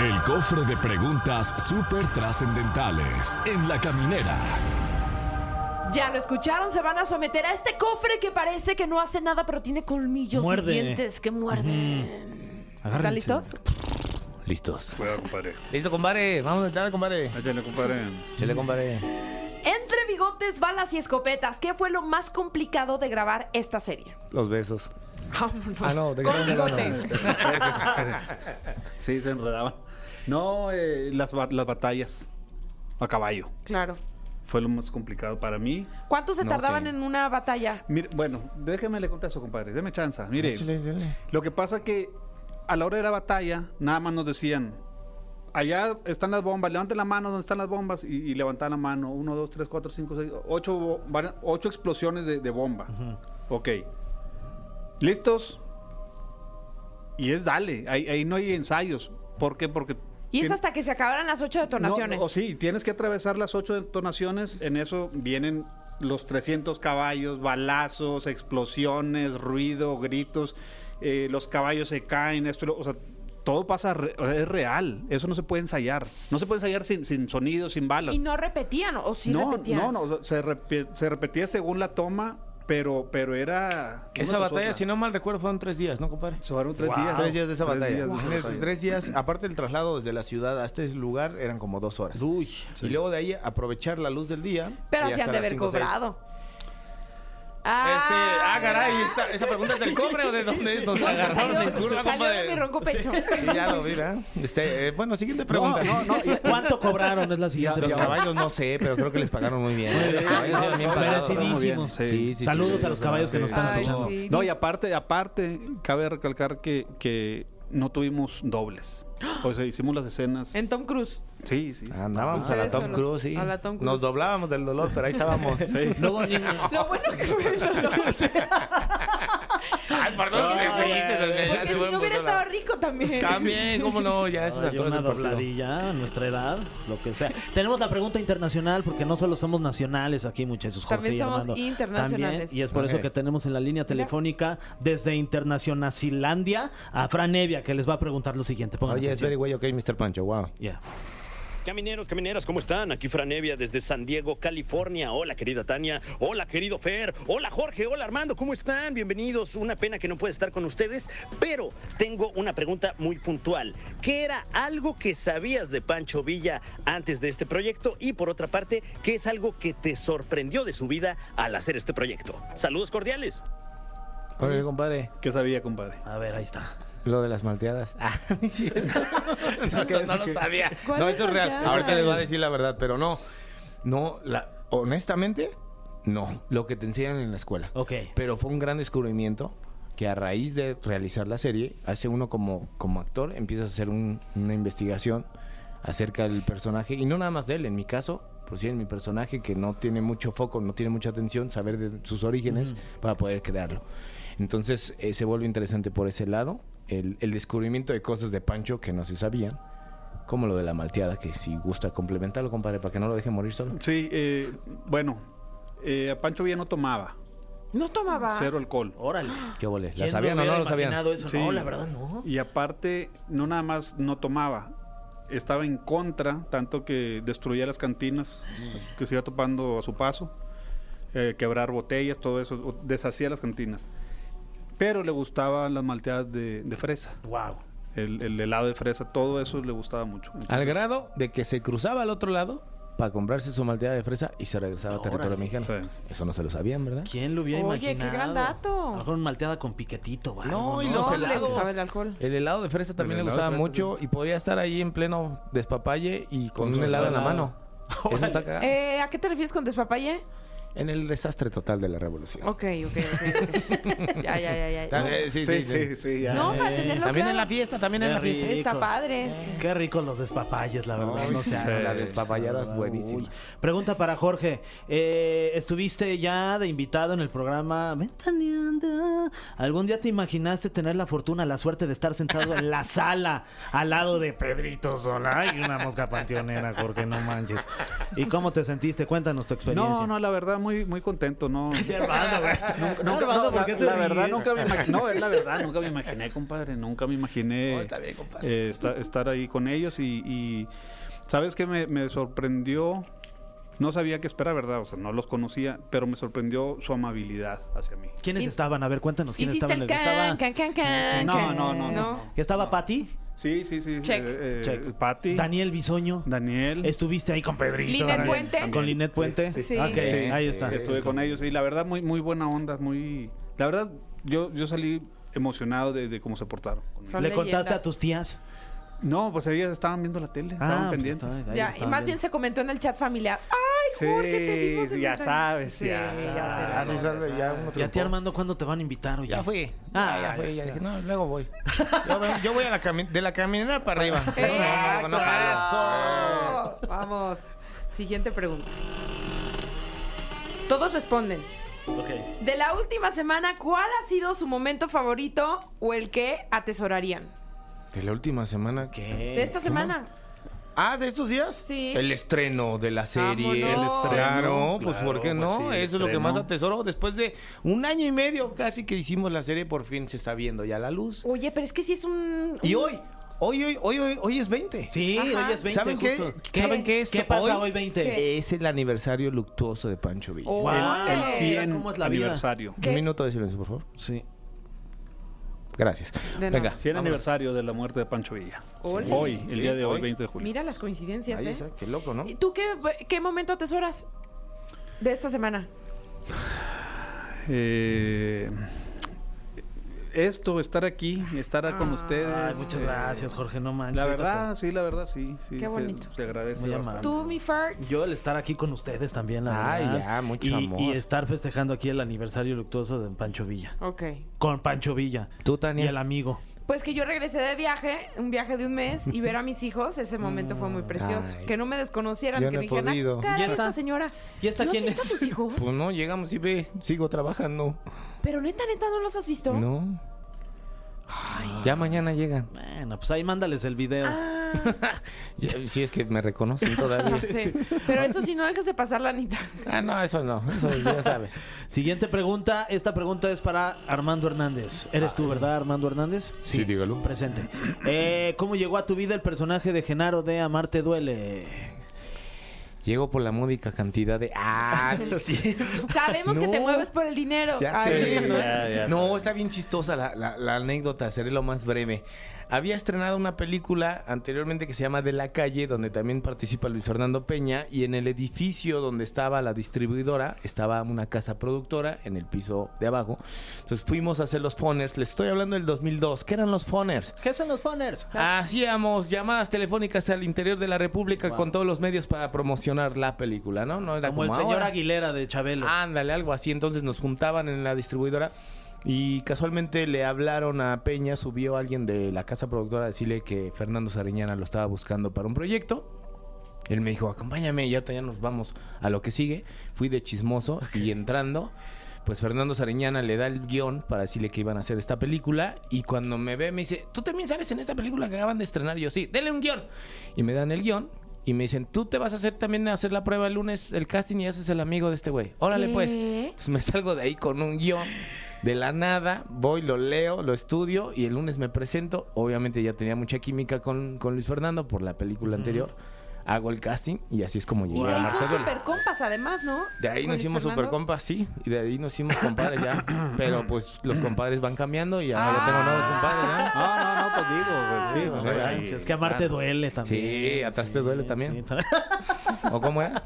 [SPEAKER 1] El cofre de preguntas súper trascendentales en la caminera.
[SPEAKER 2] Ya lo escucharon, se van a someter a este cofre que parece que no hace nada, pero tiene colmillos
[SPEAKER 3] Muerde.
[SPEAKER 2] y dientes que muerden. ¿Están
[SPEAKER 3] Agárrense.
[SPEAKER 2] listos?
[SPEAKER 4] Listos.
[SPEAKER 5] Cuidado, compadre.
[SPEAKER 4] Listo, compadre. Vamos a entrar, compadre.
[SPEAKER 5] Échale, compadre.
[SPEAKER 4] Se le compadre.
[SPEAKER 2] Entre bigotes, balas y escopetas, ¿qué fue lo más complicado de grabar esta serie?
[SPEAKER 4] Los besos.
[SPEAKER 2] Vámonos.
[SPEAKER 4] Ah, no, de
[SPEAKER 2] Con
[SPEAKER 4] grande, no, no.
[SPEAKER 2] bigote.
[SPEAKER 5] Sí, se enredaban. No, eh, las, ba- las batallas a caballo
[SPEAKER 2] Claro.
[SPEAKER 5] fue lo más complicado para mí.
[SPEAKER 2] ¿Cuánto se
[SPEAKER 4] No
[SPEAKER 2] tardaban
[SPEAKER 4] sé.
[SPEAKER 2] en una batalla?
[SPEAKER 5] Mire, bueno, déjeme le contesto, compadre. Deme chanza. Mire,
[SPEAKER 4] Échale, dale.
[SPEAKER 5] lo que pasa que a la hora de la batalla, nada más nos decían, allá están las bombas, levanten la mano donde están las bombas y, y levantaban la mano. Uno, dos, tres, cuatro, cinco, seis, ocho, bo- van- ocho explosiones de, de bomba. Ok. ¿Listos? Y es dale. Ahí, ahí no hay ensayos. ¿Por qué? Porque...
[SPEAKER 2] Y es
[SPEAKER 5] tien-
[SPEAKER 2] hasta que se acabaran las ocho detonaciones.
[SPEAKER 5] no, o sí, tienes que atravesar las ocho detonaciones. En eso vienen los 300 caballos, balazos, explosiones, ruido, gritos. eh, los caballos se caen, esto, lo- o sea, todo pasa, re- o sea, es real. Eso no se puede ensayar. No se puede ensayar sin, sin sonido, sin balas.
[SPEAKER 2] Y no repetían, o sí
[SPEAKER 5] no,
[SPEAKER 2] repetían.
[SPEAKER 5] no, no, o sea, se, repi- se repetía según la toma, pero, pero era.
[SPEAKER 4] Esa batalla, si no mal recuerdo, fueron tres días, ¿no, compadre?
[SPEAKER 5] Se fueron tres
[SPEAKER 4] Wow.
[SPEAKER 5] días.
[SPEAKER 4] Tres días de esa
[SPEAKER 5] Tres
[SPEAKER 4] batalla.
[SPEAKER 5] días de esa
[SPEAKER 4] Imagínate,
[SPEAKER 5] batalla.
[SPEAKER 4] Tres días, aparte del traslado desde la ciudad a este lugar, eran como dos horas.
[SPEAKER 3] Uy.
[SPEAKER 4] Y luego de ahí aprovechar la luz del día.
[SPEAKER 2] Pero se
[SPEAKER 4] y
[SPEAKER 2] han de
[SPEAKER 4] hasta las
[SPEAKER 2] haber
[SPEAKER 4] cinco, seis.
[SPEAKER 2] cobrado.
[SPEAKER 4] Este, ah, caray, esa, esa pregunta es del cobre o de dónde es? nos
[SPEAKER 2] No, se
[SPEAKER 4] agarraron en
[SPEAKER 2] salió, se
[SPEAKER 4] curva,
[SPEAKER 2] salió de mi
[SPEAKER 4] compadre.
[SPEAKER 2] ronco pecho.
[SPEAKER 4] Sí, ya lo vi, ¿verdad? Este, eh, bueno, siguiente pregunta.
[SPEAKER 3] No, no, no, ¿y ¿Cuánto cobraron? Es la siguiente.
[SPEAKER 5] Ya,
[SPEAKER 4] Los
[SPEAKER 5] ya.
[SPEAKER 3] pregunta.
[SPEAKER 4] caballos no sé, pero creo que les pagaron muy bien.
[SPEAKER 5] Sí,
[SPEAKER 4] Los caballos
[SPEAKER 5] no,
[SPEAKER 4] eran bien
[SPEAKER 5] no,
[SPEAKER 4] pagados.
[SPEAKER 3] merecidísimo.
[SPEAKER 5] Sí,
[SPEAKER 4] Sí, sí,
[SPEAKER 3] Saludos
[SPEAKER 4] sí, sí,
[SPEAKER 3] a los
[SPEAKER 4] sí,
[SPEAKER 3] caballos que
[SPEAKER 4] sí.
[SPEAKER 3] nos están
[SPEAKER 2] Ay,
[SPEAKER 3] escuchando.
[SPEAKER 2] sí.
[SPEAKER 5] No, y aparte, aparte, cabe recalcar que, que no tuvimos dobles. O sea, hicimos las escenas.
[SPEAKER 2] En Tom Cruise.
[SPEAKER 5] Sí, sí. sí.
[SPEAKER 4] Andábamos a la
[SPEAKER 2] Ustedes
[SPEAKER 4] Tom
[SPEAKER 2] solos,
[SPEAKER 4] Cruise, sí.
[SPEAKER 2] a la Tom Cruise.
[SPEAKER 4] Nos doblábamos del dolor, pero ahí estábamos.
[SPEAKER 5] Sí.
[SPEAKER 3] No, voy- no,
[SPEAKER 2] Lo bueno que fue el dolor.
[SPEAKER 4] Ay, perdón,
[SPEAKER 2] Porque
[SPEAKER 4] que
[SPEAKER 2] si no-
[SPEAKER 4] me dijiste, me
[SPEAKER 2] Porque
[SPEAKER 4] hace
[SPEAKER 2] si
[SPEAKER 4] buen
[SPEAKER 2] no hubiera
[SPEAKER 4] punto,
[SPEAKER 2] estado
[SPEAKER 4] la-
[SPEAKER 2] rico también.
[SPEAKER 4] También, cómo no, ya esas
[SPEAKER 3] Ay,
[SPEAKER 4] alturas
[SPEAKER 3] una
[SPEAKER 4] del partido.
[SPEAKER 3] dobladilla a nuestra edad, lo que sea. Tenemos la pregunta internacional porque no solo somos nacionales aquí, muchachos. Jorge
[SPEAKER 2] También
[SPEAKER 3] y
[SPEAKER 2] somos
[SPEAKER 3] Armando.
[SPEAKER 2] internacionales.
[SPEAKER 3] También, y es por
[SPEAKER 4] Ok.
[SPEAKER 3] eso que tenemos en la línea telefónica desde Internacionalilandia a Fran Evia, que les va a preguntar lo siguiente. Pongan
[SPEAKER 4] Oye, es
[SPEAKER 3] atención.
[SPEAKER 4] very way okay, Mr. Pancho, wow.
[SPEAKER 3] Ya.
[SPEAKER 6] Camineros, camineras, ¿cómo están? Aquí Franevia desde San Diego, California. Hola, querida Tania. Hola, querido Fer. Hola, Jorge. Hola, Armando. ¿Cómo están? Bienvenidos. Una pena que no pueda estar con ustedes, pero tengo una pregunta muy puntual. ¿Qué era algo que sabías de Pancho Villa antes de este proyecto? Y por otra parte, ¿qué es algo que te sorprendió de su vida al hacer este proyecto? Saludos cordiales.
[SPEAKER 4] Oye, compadre,
[SPEAKER 5] ¿Qué sabía, compadre?
[SPEAKER 3] A ver, ahí está.
[SPEAKER 4] lo de las malteadas. Ah, no, no, no lo sabía.
[SPEAKER 2] ¿Cuál
[SPEAKER 4] No,
[SPEAKER 2] es
[SPEAKER 4] eso es real.
[SPEAKER 2] malteada?
[SPEAKER 4] Ahorita les voy a decir la verdad, pero no. No, la, honestamente, no. Lo que te enseñan en la escuela.
[SPEAKER 3] Ok.
[SPEAKER 4] Pero fue un gran descubrimiento que a raíz de realizar la serie, hace uno como, como actor, empiezas a hacer un- una investigación acerca del personaje, y no nada más de él, en mi caso, pues sí, en mi personaje que no tiene mucho foco, no tiene mucha atención, saber de sus orígenes para poder crearlo. Entonces eh, se vuelve interesante por ese lado, el, el descubrimiento de cosas de Pancho que no se sabían, como lo de la malteada, que si gusta complementarlo, compadre, para que no lo deje morir solo.
[SPEAKER 5] Sí, eh, bueno, eh, Pancho Villa no tomaba
[SPEAKER 2] No
[SPEAKER 3] Ah.
[SPEAKER 2] tomaba.
[SPEAKER 5] cero alcohol.
[SPEAKER 3] Órale.
[SPEAKER 4] ¿Qué vole? ¿La
[SPEAKER 3] ¿Quién
[SPEAKER 4] sabían o no
[SPEAKER 3] hubiera
[SPEAKER 4] lo sabían?
[SPEAKER 3] imaginado eso?
[SPEAKER 5] Sí.
[SPEAKER 3] No, la verdad no.
[SPEAKER 5] Y aparte, no nada más no tomaba, estaba en contra, tanto que destruía las cantinas, que se iba topando a su paso, eh, quebrar botellas, todo eso, o- deshacía las cantinas. Pero le gustaban las malteadas de, de fresa,
[SPEAKER 3] Wow.
[SPEAKER 5] el, el helado de fresa, todo eso le gustaba mucho.
[SPEAKER 4] Al grado de que se cruzaba al otro lado para comprarse su malteada de fresa y se regresaba a territorio
[SPEAKER 3] Órale.
[SPEAKER 4] mexicano.
[SPEAKER 5] Sí.
[SPEAKER 4] Eso no se lo sabían, ¿verdad?
[SPEAKER 3] ¿Quién lo hubiera
[SPEAKER 2] Oye, qué
[SPEAKER 3] imaginado?
[SPEAKER 2] gran dato.
[SPEAKER 3] A lo mejor una malteada con piquetito, va.
[SPEAKER 4] No, y
[SPEAKER 2] No,
[SPEAKER 4] los
[SPEAKER 2] no le
[SPEAKER 4] helados.
[SPEAKER 2] gustaba el alcohol.
[SPEAKER 4] El helado de fresa también le
[SPEAKER 5] helado de
[SPEAKER 4] gustaba
[SPEAKER 5] fresa,
[SPEAKER 4] mucho y podía estar ahí en pleno despapalle y con,
[SPEAKER 5] Con su
[SPEAKER 4] un helado en la
[SPEAKER 5] ensalada.
[SPEAKER 4] mano. Eso está cagado.
[SPEAKER 2] Eh, ¿A qué te refieres con despapalle?
[SPEAKER 4] En el desastre total de la revolución.
[SPEAKER 2] Ok, ok, ok. ya, ya, ya, ya.
[SPEAKER 4] También, sí, sí, sí.
[SPEAKER 5] sí, ya.
[SPEAKER 2] No, para tenerlo
[SPEAKER 4] También
[SPEAKER 2] claro.
[SPEAKER 4] en la fiesta, también en
[SPEAKER 3] Qué
[SPEAKER 4] la fiesta.
[SPEAKER 3] rico.
[SPEAKER 2] Está padre.
[SPEAKER 3] Qué ricos los despapalles, la verdad.
[SPEAKER 4] Ay,
[SPEAKER 3] no
[SPEAKER 4] sí,
[SPEAKER 3] sé,
[SPEAKER 4] las despapalladas buenísimas.
[SPEAKER 3] Pregunta para Jorge. Eh, Estuviste ya de invitado en el programa Ventaneando. ¿Algún día te imaginaste tener la fortuna, la suerte de estar sentado en la sala al lado de Pedrito Sola y una mosca panteonera, Jorge? No manches. ¿Y cómo te sentiste? Cuéntanos tu experiencia.
[SPEAKER 5] No, no, la verdad, muy, muy contento, no.
[SPEAKER 3] Qué Armando, güey.
[SPEAKER 5] Nunca-
[SPEAKER 3] No,
[SPEAKER 5] nunca-
[SPEAKER 3] Armando,
[SPEAKER 5] no,
[SPEAKER 3] ¿por
[SPEAKER 5] la-
[SPEAKER 3] qué te
[SPEAKER 5] la verdad
[SPEAKER 3] ríes?
[SPEAKER 5] nunca me imaginé. No, es la verdad, nunca me imaginé, compadre. Nunca me imaginé eh, esta- estar ahí con ellos. Y, y, sabes que me, me sorprendió. No sabía qué esperar, ¿verdad? O sea, no los conocía, pero me sorprendió su amabilidad hacia mí.
[SPEAKER 3] ¿Quiénes
[SPEAKER 2] Y-
[SPEAKER 3] estaban? A ver, cuéntanos quiénes
[SPEAKER 2] Hiciste el
[SPEAKER 3] estaban. en el-
[SPEAKER 2] can,
[SPEAKER 3] estaba-
[SPEAKER 2] can, can, can.
[SPEAKER 5] No,
[SPEAKER 2] can.
[SPEAKER 5] no, no, no, no.
[SPEAKER 3] que estaba Patti,
[SPEAKER 5] Sí, sí, sí.
[SPEAKER 2] Check.
[SPEAKER 5] eh, eh,
[SPEAKER 3] Check.
[SPEAKER 5] Pati.
[SPEAKER 3] Daniel Bisoño.
[SPEAKER 5] Daniel.
[SPEAKER 3] Estuviste ahí con Pedrito.
[SPEAKER 2] Linet
[SPEAKER 3] Daniel,
[SPEAKER 2] Puente.
[SPEAKER 3] Con Linet Puente.
[SPEAKER 2] Sí.
[SPEAKER 3] Ok,
[SPEAKER 2] Sí,
[SPEAKER 3] ahí
[SPEAKER 4] sí,
[SPEAKER 3] está.
[SPEAKER 5] Estuve con ellos y la verdad, muy, muy buena onda. muy La verdad, yo, yo salí emocionado de, de cómo se portaron. conmigo.
[SPEAKER 2] Son
[SPEAKER 3] ¿Le contaste
[SPEAKER 2] leyendas.
[SPEAKER 3] a tus tías?
[SPEAKER 5] No, pues ellas estaban viendo la tele, estaban
[SPEAKER 3] pues
[SPEAKER 5] pendientes.
[SPEAKER 3] está, ahí
[SPEAKER 2] Ya, y
[SPEAKER 3] estaban
[SPEAKER 2] más bien
[SPEAKER 3] viendo.
[SPEAKER 2] se comentó en el chat familiar. ¡Ay, Jorge, te vimos
[SPEAKER 5] Sí,
[SPEAKER 2] en
[SPEAKER 5] ya
[SPEAKER 2] el-
[SPEAKER 5] sabes,
[SPEAKER 2] Sí,
[SPEAKER 5] ya
[SPEAKER 2] te
[SPEAKER 4] Ah,
[SPEAKER 2] la-
[SPEAKER 4] sí, sale ya uno
[SPEAKER 3] ¿Y a ti,
[SPEAKER 4] triunfó.
[SPEAKER 3] Armando, cuándo te van a invitar? Oye?
[SPEAKER 4] Ya fui.
[SPEAKER 3] Ah,
[SPEAKER 4] Ah, ya,
[SPEAKER 3] ya,
[SPEAKER 4] fui. Ya
[SPEAKER 3] ya.
[SPEAKER 4] dije, no, luego voy. Yo, voy- yo voy a la cami- de la caminera para arriba. No, no, no, no.
[SPEAKER 2] ¡Eso! Vamos. Siguiente pregunta. Todos responden. De la última semana, ¿cuál ha sido su momento favorito o el que atesorarían?
[SPEAKER 4] De la última semana. que
[SPEAKER 2] De esta semana.
[SPEAKER 4] Ah, ¿de estos días?
[SPEAKER 2] Sí.
[SPEAKER 4] El estreno de la
[SPEAKER 2] Vámonos.
[SPEAKER 4] serie. El estreno. Claro, pues
[SPEAKER 5] Claro,
[SPEAKER 4] ¿por qué
[SPEAKER 5] pues
[SPEAKER 4] no?
[SPEAKER 5] sí, el
[SPEAKER 4] Eso es lo que
[SPEAKER 5] estreno.
[SPEAKER 4] más atesoro. Después de un año y medio casi que hicimos la serie, por fin se está viendo ya la luz.
[SPEAKER 2] Oye, pero es que sí es un.
[SPEAKER 4] Y
[SPEAKER 2] un-
[SPEAKER 4] hoy, hoy, hoy, hoy, hoy, hoy es 20.
[SPEAKER 3] Sí,
[SPEAKER 2] Ajá.
[SPEAKER 3] hoy es 20
[SPEAKER 4] ¿Saben qué?
[SPEAKER 3] justo.
[SPEAKER 4] ¿Saben qué es
[SPEAKER 3] ¿Qué pasa
[SPEAKER 4] hoy?
[SPEAKER 3] hoy, 20?
[SPEAKER 2] ¿Qué?
[SPEAKER 4] Es el aniversario luctuoso de Pancho Villa.
[SPEAKER 2] Oh,
[SPEAKER 3] Wow.
[SPEAKER 5] El, el
[SPEAKER 2] Ay,
[SPEAKER 5] 100
[SPEAKER 3] ¿cómo es la vida?
[SPEAKER 5] aniversario.
[SPEAKER 2] ¿Qué?
[SPEAKER 4] Un minuto de silencio, por favor.
[SPEAKER 3] Sí.
[SPEAKER 4] Gracias.
[SPEAKER 2] De
[SPEAKER 4] Venga.
[SPEAKER 2] nada.
[SPEAKER 5] 100
[SPEAKER 4] vámonos.
[SPEAKER 5] aniversario de la muerte de Pancho Villa.
[SPEAKER 2] Ole.
[SPEAKER 5] Hoy, el
[SPEAKER 4] Sí,
[SPEAKER 5] día de hoy,
[SPEAKER 4] hoy.
[SPEAKER 5] 20 de julio.
[SPEAKER 2] Mira las coincidencias,
[SPEAKER 4] Ahí
[SPEAKER 2] ¿eh?
[SPEAKER 4] está, qué loco, ¿no?
[SPEAKER 2] ¿Y tú qué, qué momento atesoras de esta semana?
[SPEAKER 5] Eh, esto, estar aquí, estar con
[SPEAKER 2] Ay,
[SPEAKER 5] ustedes.
[SPEAKER 3] Ay, muchas
[SPEAKER 5] eh,
[SPEAKER 3] gracias, Jorge, no manches.
[SPEAKER 5] La
[SPEAKER 3] ahorita
[SPEAKER 5] verdad, sí, la verdad, sí. sí
[SPEAKER 2] Qué
[SPEAKER 5] se-
[SPEAKER 2] bonito.
[SPEAKER 5] Se, agradece.
[SPEAKER 3] Muy
[SPEAKER 5] bastante.
[SPEAKER 3] amable.
[SPEAKER 2] Tú, mi
[SPEAKER 3] te-
[SPEAKER 2] first.
[SPEAKER 3] Yo el estar aquí con ustedes también, la
[SPEAKER 4] Ay,
[SPEAKER 3] verdad.
[SPEAKER 4] ya, mucho
[SPEAKER 3] y,
[SPEAKER 4] amor.
[SPEAKER 3] y estar festejando aquí el aniversario luctuoso de Pancho Villa.
[SPEAKER 2] Ok.
[SPEAKER 3] Con Pancho Villa.
[SPEAKER 4] Tú, Tania.
[SPEAKER 3] Y el amigo.
[SPEAKER 2] Pues que yo regresé de viaje, un viaje de un mes, y ver a mis hijos, ese momento fue muy precioso.
[SPEAKER 4] Mm, Ay.
[SPEAKER 2] que no me desconocieran,
[SPEAKER 4] Yo
[SPEAKER 2] que me
[SPEAKER 4] no he
[SPEAKER 2] dijeran, ah,
[SPEAKER 4] podido.
[SPEAKER 2] caray,
[SPEAKER 3] Ya
[SPEAKER 2] esta
[SPEAKER 3] está.
[SPEAKER 2] señora.
[SPEAKER 3] ¿Y esta
[SPEAKER 2] ¿No
[SPEAKER 3] quién
[SPEAKER 2] viste a
[SPEAKER 3] es?
[SPEAKER 2] tus hijos?
[SPEAKER 4] Pues no, llegamos y ve, sigo trabajando.
[SPEAKER 2] Pero neta, neta, ¿no los has visto?
[SPEAKER 4] No. ya mañana llegan.
[SPEAKER 3] Bueno, pues ahí mándales el video.
[SPEAKER 2] Ah,
[SPEAKER 4] Ya- si es que me reconocen todavía.
[SPEAKER 2] ya sé. Pero eso sí, no dejes de pasar la Anita.
[SPEAKER 4] ah, no, eso no. Eso ya sabes.
[SPEAKER 3] Siguiente pregunta. Esta pregunta es para Armando Hernández. ¿Eres tú, verdad, Armando Hernández?
[SPEAKER 4] Sí, dígalo.
[SPEAKER 3] Presente. Eh, ¿Cómo llegó a tu vida el personaje de Genaro de Amarte Duele?
[SPEAKER 4] Llego por la módica cantidad de. ¡Ah!
[SPEAKER 2] Sabemos que te
[SPEAKER 4] No.
[SPEAKER 2] mueves por el dinero.
[SPEAKER 4] Ya
[SPEAKER 2] Ay,
[SPEAKER 4] sé,
[SPEAKER 6] Sí,
[SPEAKER 4] ¿no?
[SPEAKER 6] ya, ya
[SPEAKER 4] no, está bien chistosa la, la- la anécdota, seré lo más breve. Había estrenado una película anteriormente que se llama De la calle, donde también participa Luis Fernando Peña, y en el edificio donde estaba la distribuidora, estaba una casa productora en el piso de abajo. Entonces fuimos a hacer los phoners, les estoy hablando del 2002, ¿qué eran los phoners?
[SPEAKER 3] ¿Qué son los phoners?
[SPEAKER 4] Hacíamos llamadas telefónicas al interior de la República con todos los medios para promocionar la película, ¿no? no era
[SPEAKER 3] Como el señor
[SPEAKER 4] Ah, ahora. Ah,
[SPEAKER 3] Aguilera de Chabelo.
[SPEAKER 4] Ándale, algo así. Entonces nos juntaban en la distribuidora y casualmente le hablaron a Peña, subió alguien de la casa productora a decirle que Fernando Sariñana lo estaba buscando para un proyecto. Él me dijo, acompáñame y ahorita ya nos vamos a lo que sigue. Fui de chismoso y entrando, pues Fernando Sariñana le da el guión para decirle que iban a hacer esta película. Y cuando me ve, me dice, ¿tú también sales en esta película que acaban de estrenar? Y yo, sí, dele un guión. Y me dan el guión y me dicen, tú te vas a hacer también a hacer la prueba el lunes, el casting y haces el amigo de este güey. Órale,
[SPEAKER 2] ¿Qué?
[SPEAKER 4] pues. Entonces me salgo de ahí con un guión. De la nada, voy, lo leo, lo estudio y el lunes me presento. Obviamente ya tenía mucha química con, con Luis Fernando por la película anterior. Hago el casting y así es como
[SPEAKER 2] Y
[SPEAKER 4] llegué
[SPEAKER 2] de
[SPEAKER 4] a
[SPEAKER 2] ahí
[SPEAKER 4] Marte
[SPEAKER 2] son
[SPEAKER 4] Duele.
[SPEAKER 2] super compas, Ah, además, ¿no?
[SPEAKER 4] De ahí
[SPEAKER 2] Con
[SPEAKER 4] nos
[SPEAKER 2] Luis
[SPEAKER 4] hicimos
[SPEAKER 2] Fernando.
[SPEAKER 4] super compas, sí, y de ahí nos hicimos compadres ya. Pero pues los compadres van cambiando y ahora ya
[SPEAKER 2] Ah.
[SPEAKER 4] tengo nuevos compadres, ¿no?
[SPEAKER 5] No, no, no, pues digo, pues sí.
[SPEAKER 3] Ah,
[SPEAKER 4] No,
[SPEAKER 5] pues,
[SPEAKER 4] no
[SPEAKER 5] ahí-
[SPEAKER 4] manches,
[SPEAKER 3] Es que Amarte Duele también.
[SPEAKER 4] Ah. Sí, atrás te duele también.
[SPEAKER 3] sí, también.
[SPEAKER 4] ¿O cómo era?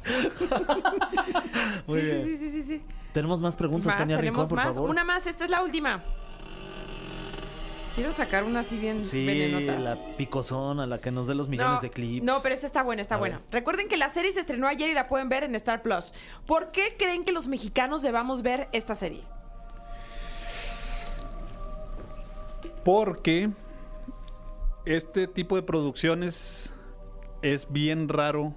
[SPEAKER 3] Muy
[SPEAKER 2] Sí,
[SPEAKER 3] bien.
[SPEAKER 2] sí, sí, sí, sí, sí.
[SPEAKER 3] Tenemos más preguntas,
[SPEAKER 2] Más,
[SPEAKER 3] Tania Rincón,
[SPEAKER 2] tenemos
[SPEAKER 3] por
[SPEAKER 2] más.
[SPEAKER 3] favor.
[SPEAKER 2] Una más, esta es la última. Quiero sacar una así bien
[SPEAKER 3] Sí,
[SPEAKER 2] venenotas.
[SPEAKER 3] la picosona, la que nos dé los millones de clips.
[SPEAKER 2] No, pero esta está buena, está
[SPEAKER 3] A
[SPEAKER 2] buena.
[SPEAKER 3] ver.
[SPEAKER 2] Recuerden que la serie se estrenó ayer y la pueden ver en Star Plus. ¿Por qué creen que los mexicanos debamos ver esta serie?
[SPEAKER 5] Porque este tipo de producciones es bien raro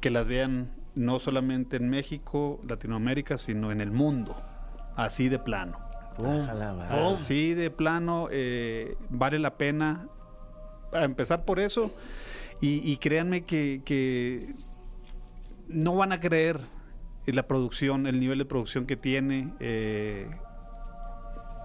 [SPEAKER 5] que las vean no solamente en México, Latinoamérica, sino en el mundo. Así de plano.
[SPEAKER 4] Ojalá, va.
[SPEAKER 5] Así de plano eh, vale la pena a empezar por eso. Y, y créanme que, que no van a creer en la producción, el nivel de producción que tiene. eh,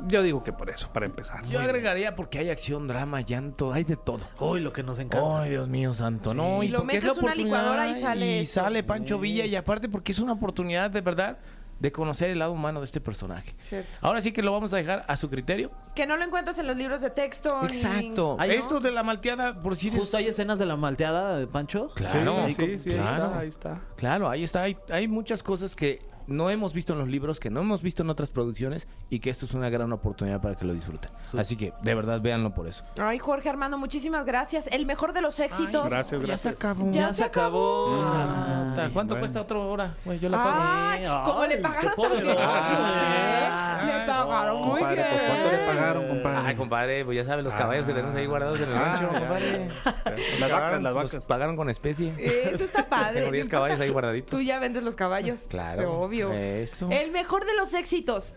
[SPEAKER 5] yo digo que por eso, para empezar.
[SPEAKER 4] Yo agregaría porque hay acción, drama, llanto, hay de todo.
[SPEAKER 3] Uy, lo que nos encanta.
[SPEAKER 4] Ay, Dios mío, santo. No,
[SPEAKER 2] Y lo
[SPEAKER 4] porque es
[SPEAKER 2] metes una
[SPEAKER 4] oportunidad,
[SPEAKER 2] licuadora y sale este.
[SPEAKER 4] Y
[SPEAKER 2] esto.
[SPEAKER 4] sale Pancho Villa, y aparte porque es una oportunidad de verdad de conocer el lado humano de este personaje.
[SPEAKER 2] Cierto.
[SPEAKER 4] Ahora sí que lo vamos a dejar a su criterio.
[SPEAKER 2] Que no lo encuentras en los libros de texto. ni-
[SPEAKER 4] Exacto.
[SPEAKER 3] Ay,
[SPEAKER 4] Esto de la malteada, por si
[SPEAKER 3] Justo hay escenas de la malteada de Pancho.
[SPEAKER 4] Claro,
[SPEAKER 5] sí, sí, sí, ahí
[SPEAKER 4] claro.
[SPEAKER 5] está, ahí está.
[SPEAKER 4] Claro, ahí está. Hay, hay muchas cosas que no hemos visto en los libros, que no hemos visto en otras producciones y que esto es una gran oportunidad para que lo disfruten.
[SPEAKER 3] Sí.
[SPEAKER 4] Así que, de verdad, véanlo por eso.
[SPEAKER 2] Ay, Jorge Armando, muchísimas gracias. El mejor de los éxitos.
[SPEAKER 5] Gracias, gracias.
[SPEAKER 4] acabó.
[SPEAKER 2] Ya se
[SPEAKER 3] acabó.
[SPEAKER 4] Ah,
[SPEAKER 3] Ay,
[SPEAKER 4] ¿Cuánto
[SPEAKER 5] bueno.
[SPEAKER 4] cuesta otra hora? Güey, yo la pago.
[SPEAKER 2] Ay,
[SPEAKER 3] Ay,
[SPEAKER 2] como le
[SPEAKER 3] qué
[SPEAKER 2] pagaron también.
[SPEAKER 3] poderoso.
[SPEAKER 5] Ah,
[SPEAKER 2] a usted.
[SPEAKER 4] Ay,
[SPEAKER 2] Le pagaron muy
[SPEAKER 5] compadre,
[SPEAKER 2] bien.
[SPEAKER 5] pues, ¿cuánto le pagaron, compadre?
[SPEAKER 4] Ay, compadre, pues ya sabes los caballos que tenemos ahí guardados en el rancho, compadre.
[SPEAKER 5] Las vacas,
[SPEAKER 4] Pagaron-
[SPEAKER 5] las
[SPEAKER 4] los
[SPEAKER 5] vacas.
[SPEAKER 4] pagaron con especie.
[SPEAKER 2] Eso está padre.
[SPEAKER 4] Tengo
[SPEAKER 2] no
[SPEAKER 4] 10
[SPEAKER 2] importa.
[SPEAKER 4] caballos ahí guardaditos.
[SPEAKER 2] Tú ya vendes los caballos.
[SPEAKER 4] Claro.
[SPEAKER 2] Obvio. Eh.
[SPEAKER 4] Eso.
[SPEAKER 2] El mejor de los éxitos.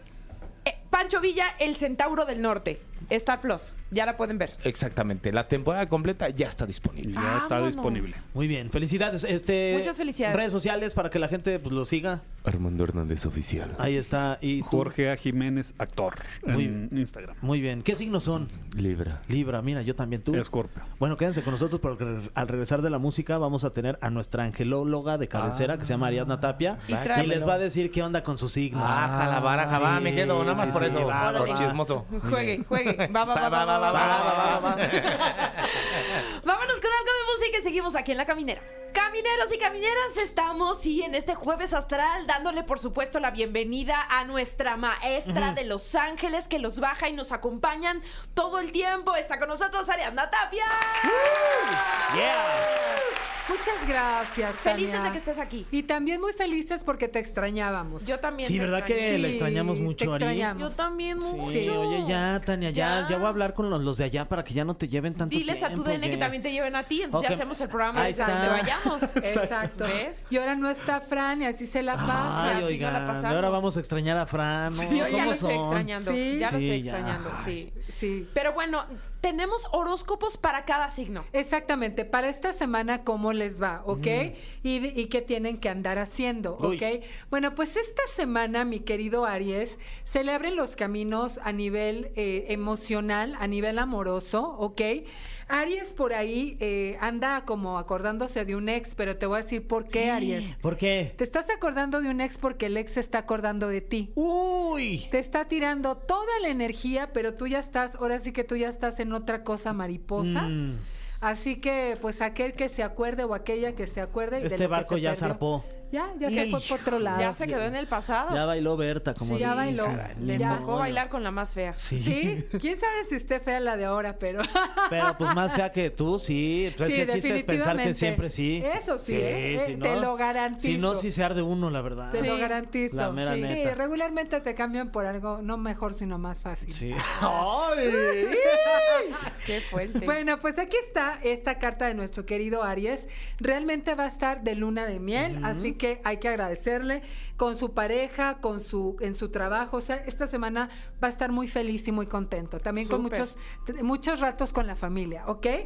[SPEAKER 2] Eh, Pancho Villa, el centauro del norte. Star Plus. Ya la pueden ver.
[SPEAKER 4] Exactamente. La temporada completa ya está disponible.
[SPEAKER 5] Ya está
[SPEAKER 2] Vámonos.
[SPEAKER 5] disponible.
[SPEAKER 3] Muy bien, felicidades. Este,
[SPEAKER 2] Muchas felicidades.
[SPEAKER 3] Redes sociales para que la gente pues, lo siga.
[SPEAKER 1] Armando Hernández Oficial.
[SPEAKER 3] Ahí está. Y tú-
[SPEAKER 5] Jorge A. Jiménez, actor,
[SPEAKER 3] Muy
[SPEAKER 5] en Instagram.
[SPEAKER 3] Muy bien. ¿Qué signos son?
[SPEAKER 1] Libra.
[SPEAKER 3] Libra, mira, yo también tú.
[SPEAKER 5] Escorpio.
[SPEAKER 3] Bueno, quédense con nosotros porque al regresar de la música vamos a tener a nuestra angelóloga de cabecera que se llama Ariadna Tapia
[SPEAKER 2] Y
[SPEAKER 3] y,
[SPEAKER 2] tráemelo.
[SPEAKER 3] les va a decir qué onda con sus signos. Ah,
[SPEAKER 4] Baja la baraja, va, Ah, me quedo, nada más
[SPEAKER 3] sí,
[SPEAKER 4] por
[SPEAKER 3] sí,
[SPEAKER 4] eso.
[SPEAKER 3] va,
[SPEAKER 4] por
[SPEAKER 2] va.
[SPEAKER 4] chismoso.
[SPEAKER 2] Juegue, juegue. Va, va, va, va, va, va, va, va, va. Vámonos con algo de música y seguimos aquí en La Caminera. Camineros y camineras, estamos, sí, en este jueves astral, dándole, por supuesto, la bienvenida a nuestra maestra de Los Ángeles, que los baja y nos acompañan todo el tiempo. Está con nosotros Ariadna Tapia.
[SPEAKER 3] Yeah.
[SPEAKER 7] Muchas gracias.
[SPEAKER 2] Felices
[SPEAKER 7] Tania.
[SPEAKER 2] de que estés aquí.
[SPEAKER 7] Y también muy felices porque te extrañábamos.
[SPEAKER 2] Yo también.
[SPEAKER 3] Sí,
[SPEAKER 2] te
[SPEAKER 3] ¿verdad que
[SPEAKER 2] extrañé.
[SPEAKER 3] la extrañamos
[SPEAKER 7] Sí,
[SPEAKER 3] mucho,
[SPEAKER 7] te
[SPEAKER 3] Ari?
[SPEAKER 7] extrañamos.
[SPEAKER 2] Yo también mucho.
[SPEAKER 3] Sí, oye, ya, Tania, ya, ya. voy a hablar con los, los de allá para que ya no te lleven tanto
[SPEAKER 2] Diles a tu
[SPEAKER 3] tiempo,
[SPEAKER 2] DN que
[SPEAKER 3] ya.
[SPEAKER 2] también te lleven a ti, entonces ya
[SPEAKER 3] Ok.
[SPEAKER 2] hacemos el programa
[SPEAKER 3] Ahí
[SPEAKER 2] desde donde
[SPEAKER 3] está.
[SPEAKER 2] vayamos.
[SPEAKER 7] Exacto.
[SPEAKER 2] ¿Ves?
[SPEAKER 7] Y ahora no está Fran y así se la pasa.
[SPEAKER 3] Ay,
[SPEAKER 2] así no
[SPEAKER 3] oigan,
[SPEAKER 2] la pasamos.
[SPEAKER 3] ahora vamos a extrañar a Fran. ¿no?
[SPEAKER 2] Yo ya
[SPEAKER 3] ¿Cómo
[SPEAKER 2] lo estoy
[SPEAKER 3] son?
[SPEAKER 2] extrañando.
[SPEAKER 7] Sí.
[SPEAKER 2] Ya lo estoy
[SPEAKER 3] Sí, ya.
[SPEAKER 2] extrañando, sí.
[SPEAKER 7] Sí.
[SPEAKER 2] Pero bueno, tenemos horóscopos para cada signo.
[SPEAKER 7] Exactamente, para esta semana cómo les va, ¿ok? Y, y qué tienen que andar haciendo, ¿ok?
[SPEAKER 3] Uy.
[SPEAKER 7] Bueno, pues esta semana, mi querido Aries, se le abren los caminos a nivel eh, emocional, a nivel amoroso, ¿ok? Aries por ahí eh, anda como acordándose de un ex, pero te voy a decir por qué, Aries.
[SPEAKER 3] ¿Por qué?
[SPEAKER 7] Te estás acordando de un ex porque el ex se está acordando de ti.
[SPEAKER 3] Uy.
[SPEAKER 7] Te está tirando toda la energía, pero tú ya estás, ahora sí que tú ya estás en otra cosa mariposa.
[SPEAKER 3] Mm.
[SPEAKER 7] Así que, pues aquel que se acuerde o aquella que se acuerde. y de lo
[SPEAKER 3] Este
[SPEAKER 7] que
[SPEAKER 3] barco
[SPEAKER 7] se
[SPEAKER 3] ya
[SPEAKER 7] perdió.
[SPEAKER 3] zarpó.
[SPEAKER 7] Ya, ya se fue por otro lado.
[SPEAKER 2] Ya se quedó en el pasado.
[SPEAKER 3] Ya bailó Berta, como
[SPEAKER 7] Oh. Sí, ya
[SPEAKER 3] dice.
[SPEAKER 7] bailó.
[SPEAKER 2] Le
[SPEAKER 7] Ya.
[SPEAKER 2] tocó bailar con la más fea.
[SPEAKER 3] Sí.
[SPEAKER 7] Sí, quién sabe si esté fea la de ahora, pero.
[SPEAKER 3] Pero pues más fea que tú, sí. Pues,
[SPEAKER 7] Sí,
[SPEAKER 3] es que el chiste es pensar que
[SPEAKER 7] definitivamente.
[SPEAKER 3] siempre sí.
[SPEAKER 7] Eso sí, ¿eh?
[SPEAKER 3] si
[SPEAKER 7] Eh,
[SPEAKER 3] no-
[SPEAKER 7] te lo garantizo.
[SPEAKER 3] Si no, sí se arde uno, la verdad.
[SPEAKER 7] Te lo garantizo.
[SPEAKER 3] La mera
[SPEAKER 7] sí.
[SPEAKER 3] neta.
[SPEAKER 7] Sí, regularmente te cambian por algo, no mejor, sino más fácil.
[SPEAKER 3] Sí. ¡Ay! Ah,
[SPEAKER 2] Qué fuerte.
[SPEAKER 7] Bueno, pues aquí está esta carta de nuestro querido Aries. Realmente va a estar de luna de miel, así que hay que agradecerle con su pareja, con su en su trabajo. O sea, esta semana va a estar muy feliz y muy contento. También con
[SPEAKER 2] Súper.
[SPEAKER 7] muchos muchos ratos con la familia, ¿ok?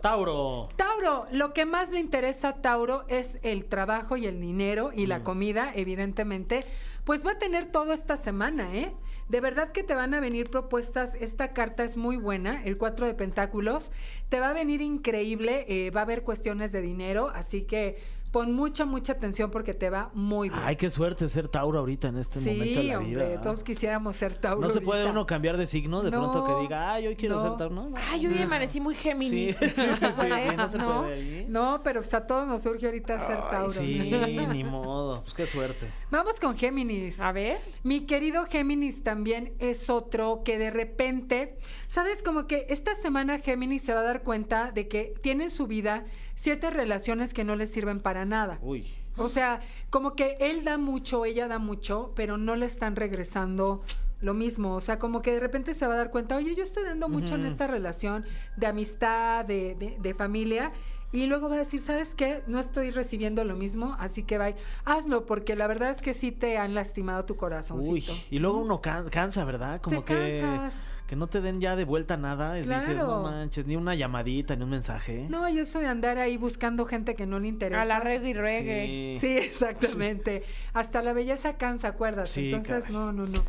[SPEAKER 3] Tauro.
[SPEAKER 7] Tauro, lo que más le interesa a Tauro es el trabajo y el dinero y
[SPEAKER 3] Mm.
[SPEAKER 7] la comida, evidentemente. Pues va a tener todo esta semana, ¿eh? De verdad que te van a venir propuestas. Esta carta es muy buena, el 4 de Pentáculos. Te va a venir increíble, eh, va a haber cuestiones de dinero, así que pon mucha, mucha atención porque te va muy bien.
[SPEAKER 3] Ay, qué suerte ser Tauro ahorita en este momento de
[SPEAKER 7] sí,
[SPEAKER 3] la vida.
[SPEAKER 7] hombre, todos quisiéramos ser Tauro.
[SPEAKER 3] No se puede
[SPEAKER 7] ahorita.
[SPEAKER 3] uno cambiar de signo de
[SPEAKER 7] No,
[SPEAKER 3] pronto que diga, ay, hoy quiero
[SPEAKER 7] no.
[SPEAKER 3] ser Tauro. No, no.
[SPEAKER 2] Ay, hoy amanecí muy
[SPEAKER 3] Sí,
[SPEAKER 2] Géminis.
[SPEAKER 3] sí, sí, sí, sí, no se
[SPEAKER 2] ¿No?
[SPEAKER 3] puede ahí.
[SPEAKER 7] No, pero pues a todos nos surge ahorita ser Tauro.
[SPEAKER 3] Sí, ni modo. Pues qué suerte.
[SPEAKER 7] Vamos con Géminis.
[SPEAKER 2] A ver.
[SPEAKER 7] Mi querido Géminis también es otro que de repente, sabes, como que esta semana Géminis se va a dar cuenta de que tiene en su vida ciertas relaciones que no le sirven para nada.
[SPEAKER 3] Uy.
[SPEAKER 7] O sea, como que él da mucho, ella da mucho, pero no le están regresando lo mismo. O sea, como que de repente se va a dar cuenta, oye, yo estoy dando mucho en
[SPEAKER 3] Ujú.
[SPEAKER 7] esta relación de amistad, de, de- de familia. Y luego va a decir, ¿sabes qué? No estoy recibiendo lo mismo, así que bye. Hazlo, porque la verdad es que sí te han lastimado tu
[SPEAKER 3] Uy.
[SPEAKER 7] corazoncito.
[SPEAKER 3] Y luego uno can- cansa, ¿verdad? Como
[SPEAKER 7] Te
[SPEAKER 3] que
[SPEAKER 7] cansas.
[SPEAKER 3] que no te den ya de vuelta nada. Y dices,
[SPEAKER 7] Claro.
[SPEAKER 3] no manches, ni una llamadita, ni un mensaje.
[SPEAKER 7] No, y eso de andar ahí buscando gente que no le interesa.
[SPEAKER 2] A la red y reggae.
[SPEAKER 3] Sí.
[SPEAKER 7] Sí, exactamente. Hasta la belleza cansa, acuérdate.
[SPEAKER 3] Sí,
[SPEAKER 7] Entonces,
[SPEAKER 3] caray.
[SPEAKER 7] no, no, no.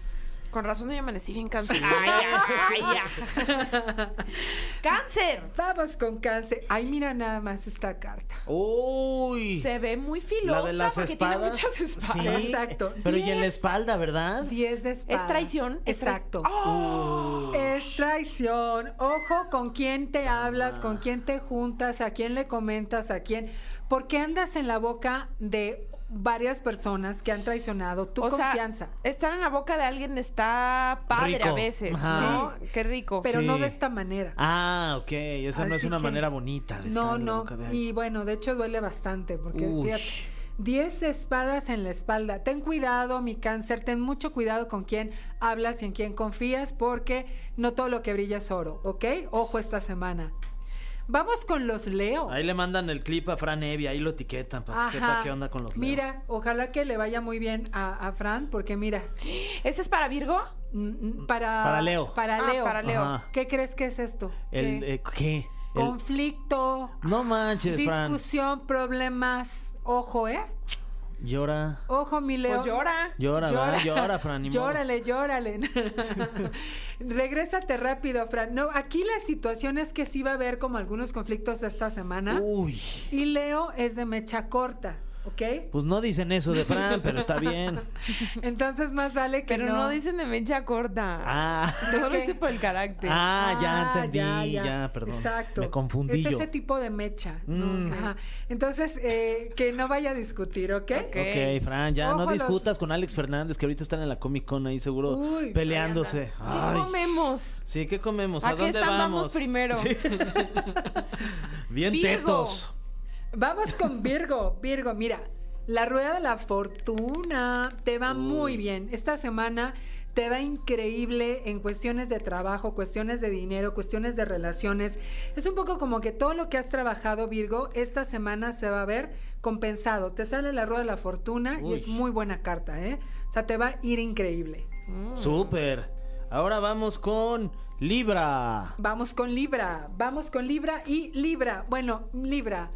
[SPEAKER 2] Con razón hoy amanecí bien cansada. Ay, ay, ay. Cáncer.
[SPEAKER 7] Vamos con cáncer. Ay, mira nada más esta carta.
[SPEAKER 3] Uy.
[SPEAKER 2] Se ve muy filosa
[SPEAKER 3] La de las
[SPEAKER 2] porque
[SPEAKER 3] espadas.
[SPEAKER 2] tiene muchas espadas.
[SPEAKER 3] Sí.
[SPEAKER 7] Exacto.
[SPEAKER 3] Pero y en
[SPEAKER 7] Diez.
[SPEAKER 3] la espalda, ¿verdad?
[SPEAKER 7] 10 de espadas.
[SPEAKER 2] Es traición. es tra-
[SPEAKER 7] Exacto.
[SPEAKER 2] ¡Oh!
[SPEAKER 7] Es traición. Ojo con quién te hablas, con quién te juntas, a quién le comentas, a quién. Porque andas en la boca de varias personas que han traicionado tu
[SPEAKER 2] O sea,
[SPEAKER 7] confianza.
[SPEAKER 2] estar en la boca de alguien está padre
[SPEAKER 3] Rico.
[SPEAKER 2] a veces.
[SPEAKER 3] Ajá.
[SPEAKER 2] ¿no? Qué rico.
[SPEAKER 7] pero
[SPEAKER 3] sí.
[SPEAKER 7] no de esta manera.
[SPEAKER 3] Ah, ok. Esa no es
[SPEAKER 7] Así
[SPEAKER 3] una
[SPEAKER 7] que-
[SPEAKER 3] manera bonita. Ah, de estar
[SPEAKER 7] No,
[SPEAKER 3] en la
[SPEAKER 7] no.
[SPEAKER 3] boca de alguien.
[SPEAKER 7] Y bueno, de hecho duele bastante porque
[SPEAKER 3] Uy.
[SPEAKER 7] fíjate, 10 espadas en la espalda. Ten cuidado, mi cáncer, ten mucho cuidado con quién hablas y en quién confías porque no todo lo que brilla es oro, ¿ok? Ojo esta semana. Vamos con los Leo.
[SPEAKER 3] Ahí le mandan el clip a Fran Evi, ahí lo etiquetan para que sepa
[SPEAKER 7] Ajá.
[SPEAKER 3] qué onda con los Leo.
[SPEAKER 7] Mira, ojalá que le vaya muy bien a, a Fran porque mira,
[SPEAKER 2] ¿Ese es para Virgo?
[SPEAKER 7] mm, mm, para...
[SPEAKER 3] Para Leo.
[SPEAKER 7] Para
[SPEAKER 2] Ah,
[SPEAKER 7] Leo.
[SPEAKER 2] para Leo.
[SPEAKER 3] Ajá.
[SPEAKER 7] ¿Qué crees que es esto?
[SPEAKER 3] El,
[SPEAKER 2] ¿Qué?
[SPEAKER 3] eh, ¿Qué? El-
[SPEAKER 7] Conflicto,
[SPEAKER 3] No manches, Fran.
[SPEAKER 7] discusión, problemas. Ojo, ¿eh?
[SPEAKER 3] Llora.
[SPEAKER 7] Ojo, mi Leo.
[SPEAKER 2] Pues llora.
[SPEAKER 3] Llora, ¿verdad? Llora, ¿eh? Fran. ni modo.
[SPEAKER 7] Llórale, llórale. Regrésate rápido, Fran. No, aquí la situación es que sí va a haber como algunos conflictos esta semana.
[SPEAKER 3] Uy.
[SPEAKER 7] Y Leo es de mecha corta, ¿ok?
[SPEAKER 3] Pues no dicen eso de Fran, pero está bien.
[SPEAKER 7] Entonces más vale que
[SPEAKER 2] Pero no. dicen de mecha corta.
[SPEAKER 3] Ah.
[SPEAKER 2] No lo
[SPEAKER 7] ¿Qué?
[SPEAKER 2] hice por el carácter.
[SPEAKER 3] Ah, ya entendí,
[SPEAKER 7] ya,
[SPEAKER 3] ya,
[SPEAKER 7] ya.
[SPEAKER 3] perdón.
[SPEAKER 7] Exacto.
[SPEAKER 3] Me confundí
[SPEAKER 7] Es
[SPEAKER 3] yo.
[SPEAKER 7] ese tipo de mecha. ¿no?
[SPEAKER 3] Mm.
[SPEAKER 7] Ajá. Entonces, eh, que no vaya a discutir, ¿ok?
[SPEAKER 2] Ok.
[SPEAKER 3] Ok, Fran, ya
[SPEAKER 7] Ojo
[SPEAKER 3] no
[SPEAKER 7] a los-
[SPEAKER 3] discutas con Alex Fernández, que ahorita están en la Comic Con ahí seguro
[SPEAKER 7] Uy,
[SPEAKER 3] peleándose.
[SPEAKER 2] ¿Qué
[SPEAKER 3] Ay.
[SPEAKER 2] comemos?
[SPEAKER 3] Sí, ¿qué comemos?
[SPEAKER 2] ¿A
[SPEAKER 3] ¿A,
[SPEAKER 2] qué
[SPEAKER 3] dónde
[SPEAKER 2] stand
[SPEAKER 3] vamos?
[SPEAKER 2] vamos primero?
[SPEAKER 3] Sí. Bien
[SPEAKER 2] Virgo.
[SPEAKER 3] tetos.
[SPEAKER 7] Vamos con Virgo. Virgo, mira, la rueda de la fortuna te va muy bien. Esta semana te va increíble en cuestiones de trabajo, cuestiones de dinero, cuestiones de relaciones. Es un poco como que todo lo que has trabajado, Virgo, esta semana se va a ver compensado. Te sale la rueda de la fortuna y es muy buena carta, ¿eh? O sea, te va a ir increíble.
[SPEAKER 2] Mm.
[SPEAKER 3] Súper. Ahora vamos con Libra.
[SPEAKER 7] Vamos con Libra, vamos con Libra y Libra. Bueno, Libra.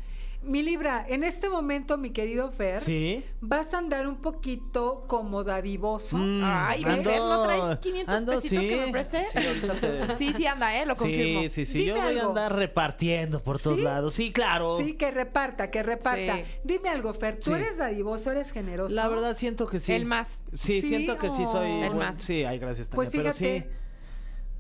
[SPEAKER 7] Mi Libra, en este momento, mi querido Fer,
[SPEAKER 3] Sí.
[SPEAKER 7] vas a andar un poquito como dadivoso.
[SPEAKER 3] Mm,
[SPEAKER 2] Ay,
[SPEAKER 3] ando-
[SPEAKER 2] Fer, ¿no traes 500
[SPEAKER 3] ando,
[SPEAKER 2] pesitos que
[SPEAKER 3] sí.
[SPEAKER 2] me preste?
[SPEAKER 3] Sí, ahorita te-
[SPEAKER 2] Sí, sí, anda, ¿eh? Lo confirmo.
[SPEAKER 3] Sí, sí, sí.
[SPEAKER 7] Dime
[SPEAKER 3] Yo voy a
[SPEAKER 7] algo.
[SPEAKER 3] andar repartiendo por todos
[SPEAKER 7] ¿Sí?
[SPEAKER 3] lados. Sí, claro.
[SPEAKER 7] Sí, que reparta, que reparta.
[SPEAKER 2] Sí.
[SPEAKER 7] Dime algo, Fer, ¿tú
[SPEAKER 3] Sí.
[SPEAKER 7] eres dadivoso, eres generoso?
[SPEAKER 3] La verdad siento que sí.
[SPEAKER 2] El más.
[SPEAKER 3] Sí,
[SPEAKER 7] Sí,
[SPEAKER 3] siento que sí soy.
[SPEAKER 2] oh. El
[SPEAKER 3] bueno,
[SPEAKER 2] más.
[SPEAKER 3] Sí, ay, gracias, Tania.
[SPEAKER 7] Pues
[SPEAKER 3] pero sí.
[SPEAKER 7] fíjate.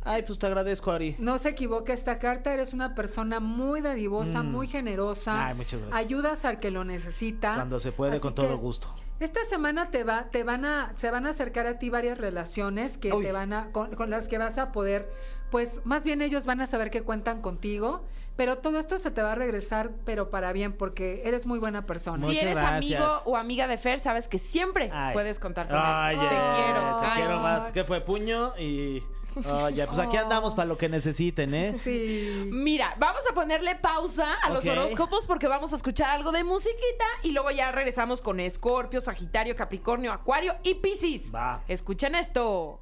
[SPEAKER 3] Ay, pues te agradezco, Ari.
[SPEAKER 7] No se equivoca esta carta, eres una persona muy dadivosa,
[SPEAKER 3] Mm.
[SPEAKER 7] muy generosa.
[SPEAKER 3] Ay, muchas gracias.
[SPEAKER 7] Ayudas al que lo necesita.
[SPEAKER 3] Cuando se puede,
[SPEAKER 7] Así
[SPEAKER 3] con
[SPEAKER 7] que
[SPEAKER 3] todo gusto.
[SPEAKER 7] Esta semana te va, te van a, se van a acercar a ti varias relaciones que
[SPEAKER 3] Uy.
[SPEAKER 7] te van a, con, con las que vas a poder, pues, más bien ellos van a saber que cuentan contigo, pero todo esto se te va a regresar, pero para bien, porque eres muy buena persona.
[SPEAKER 3] Sí.
[SPEAKER 2] si
[SPEAKER 3] Muchas
[SPEAKER 2] eres
[SPEAKER 3] gracias.
[SPEAKER 2] amigo o amiga de Fer, sabes que siempre
[SPEAKER 3] Ay.
[SPEAKER 2] puedes contar con él.
[SPEAKER 3] Ay,
[SPEAKER 2] te
[SPEAKER 3] eh,
[SPEAKER 2] quiero.
[SPEAKER 3] Te
[SPEAKER 2] Ay,
[SPEAKER 3] quiero
[SPEAKER 2] no.
[SPEAKER 3] más. ¿Qué fue? Puño y. Ay, ya, pues aquí
[SPEAKER 7] Oh.
[SPEAKER 3] andamos para lo que necesiten, ¿eh?
[SPEAKER 7] Sí.
[SPEAKER 2] Mira, vamos a ponerle pausa a los
[SPEAKER 3] Ok.
[SPEAKER 2] horóscopos porque vamos a escuchar algo de musiquita y luego ya regresamos con Escorpio, Sagitario, Capricornio, Acuario y Piscis.
[SPEAKER 3] Va.
[SPEAKER 2] Escuchen esto.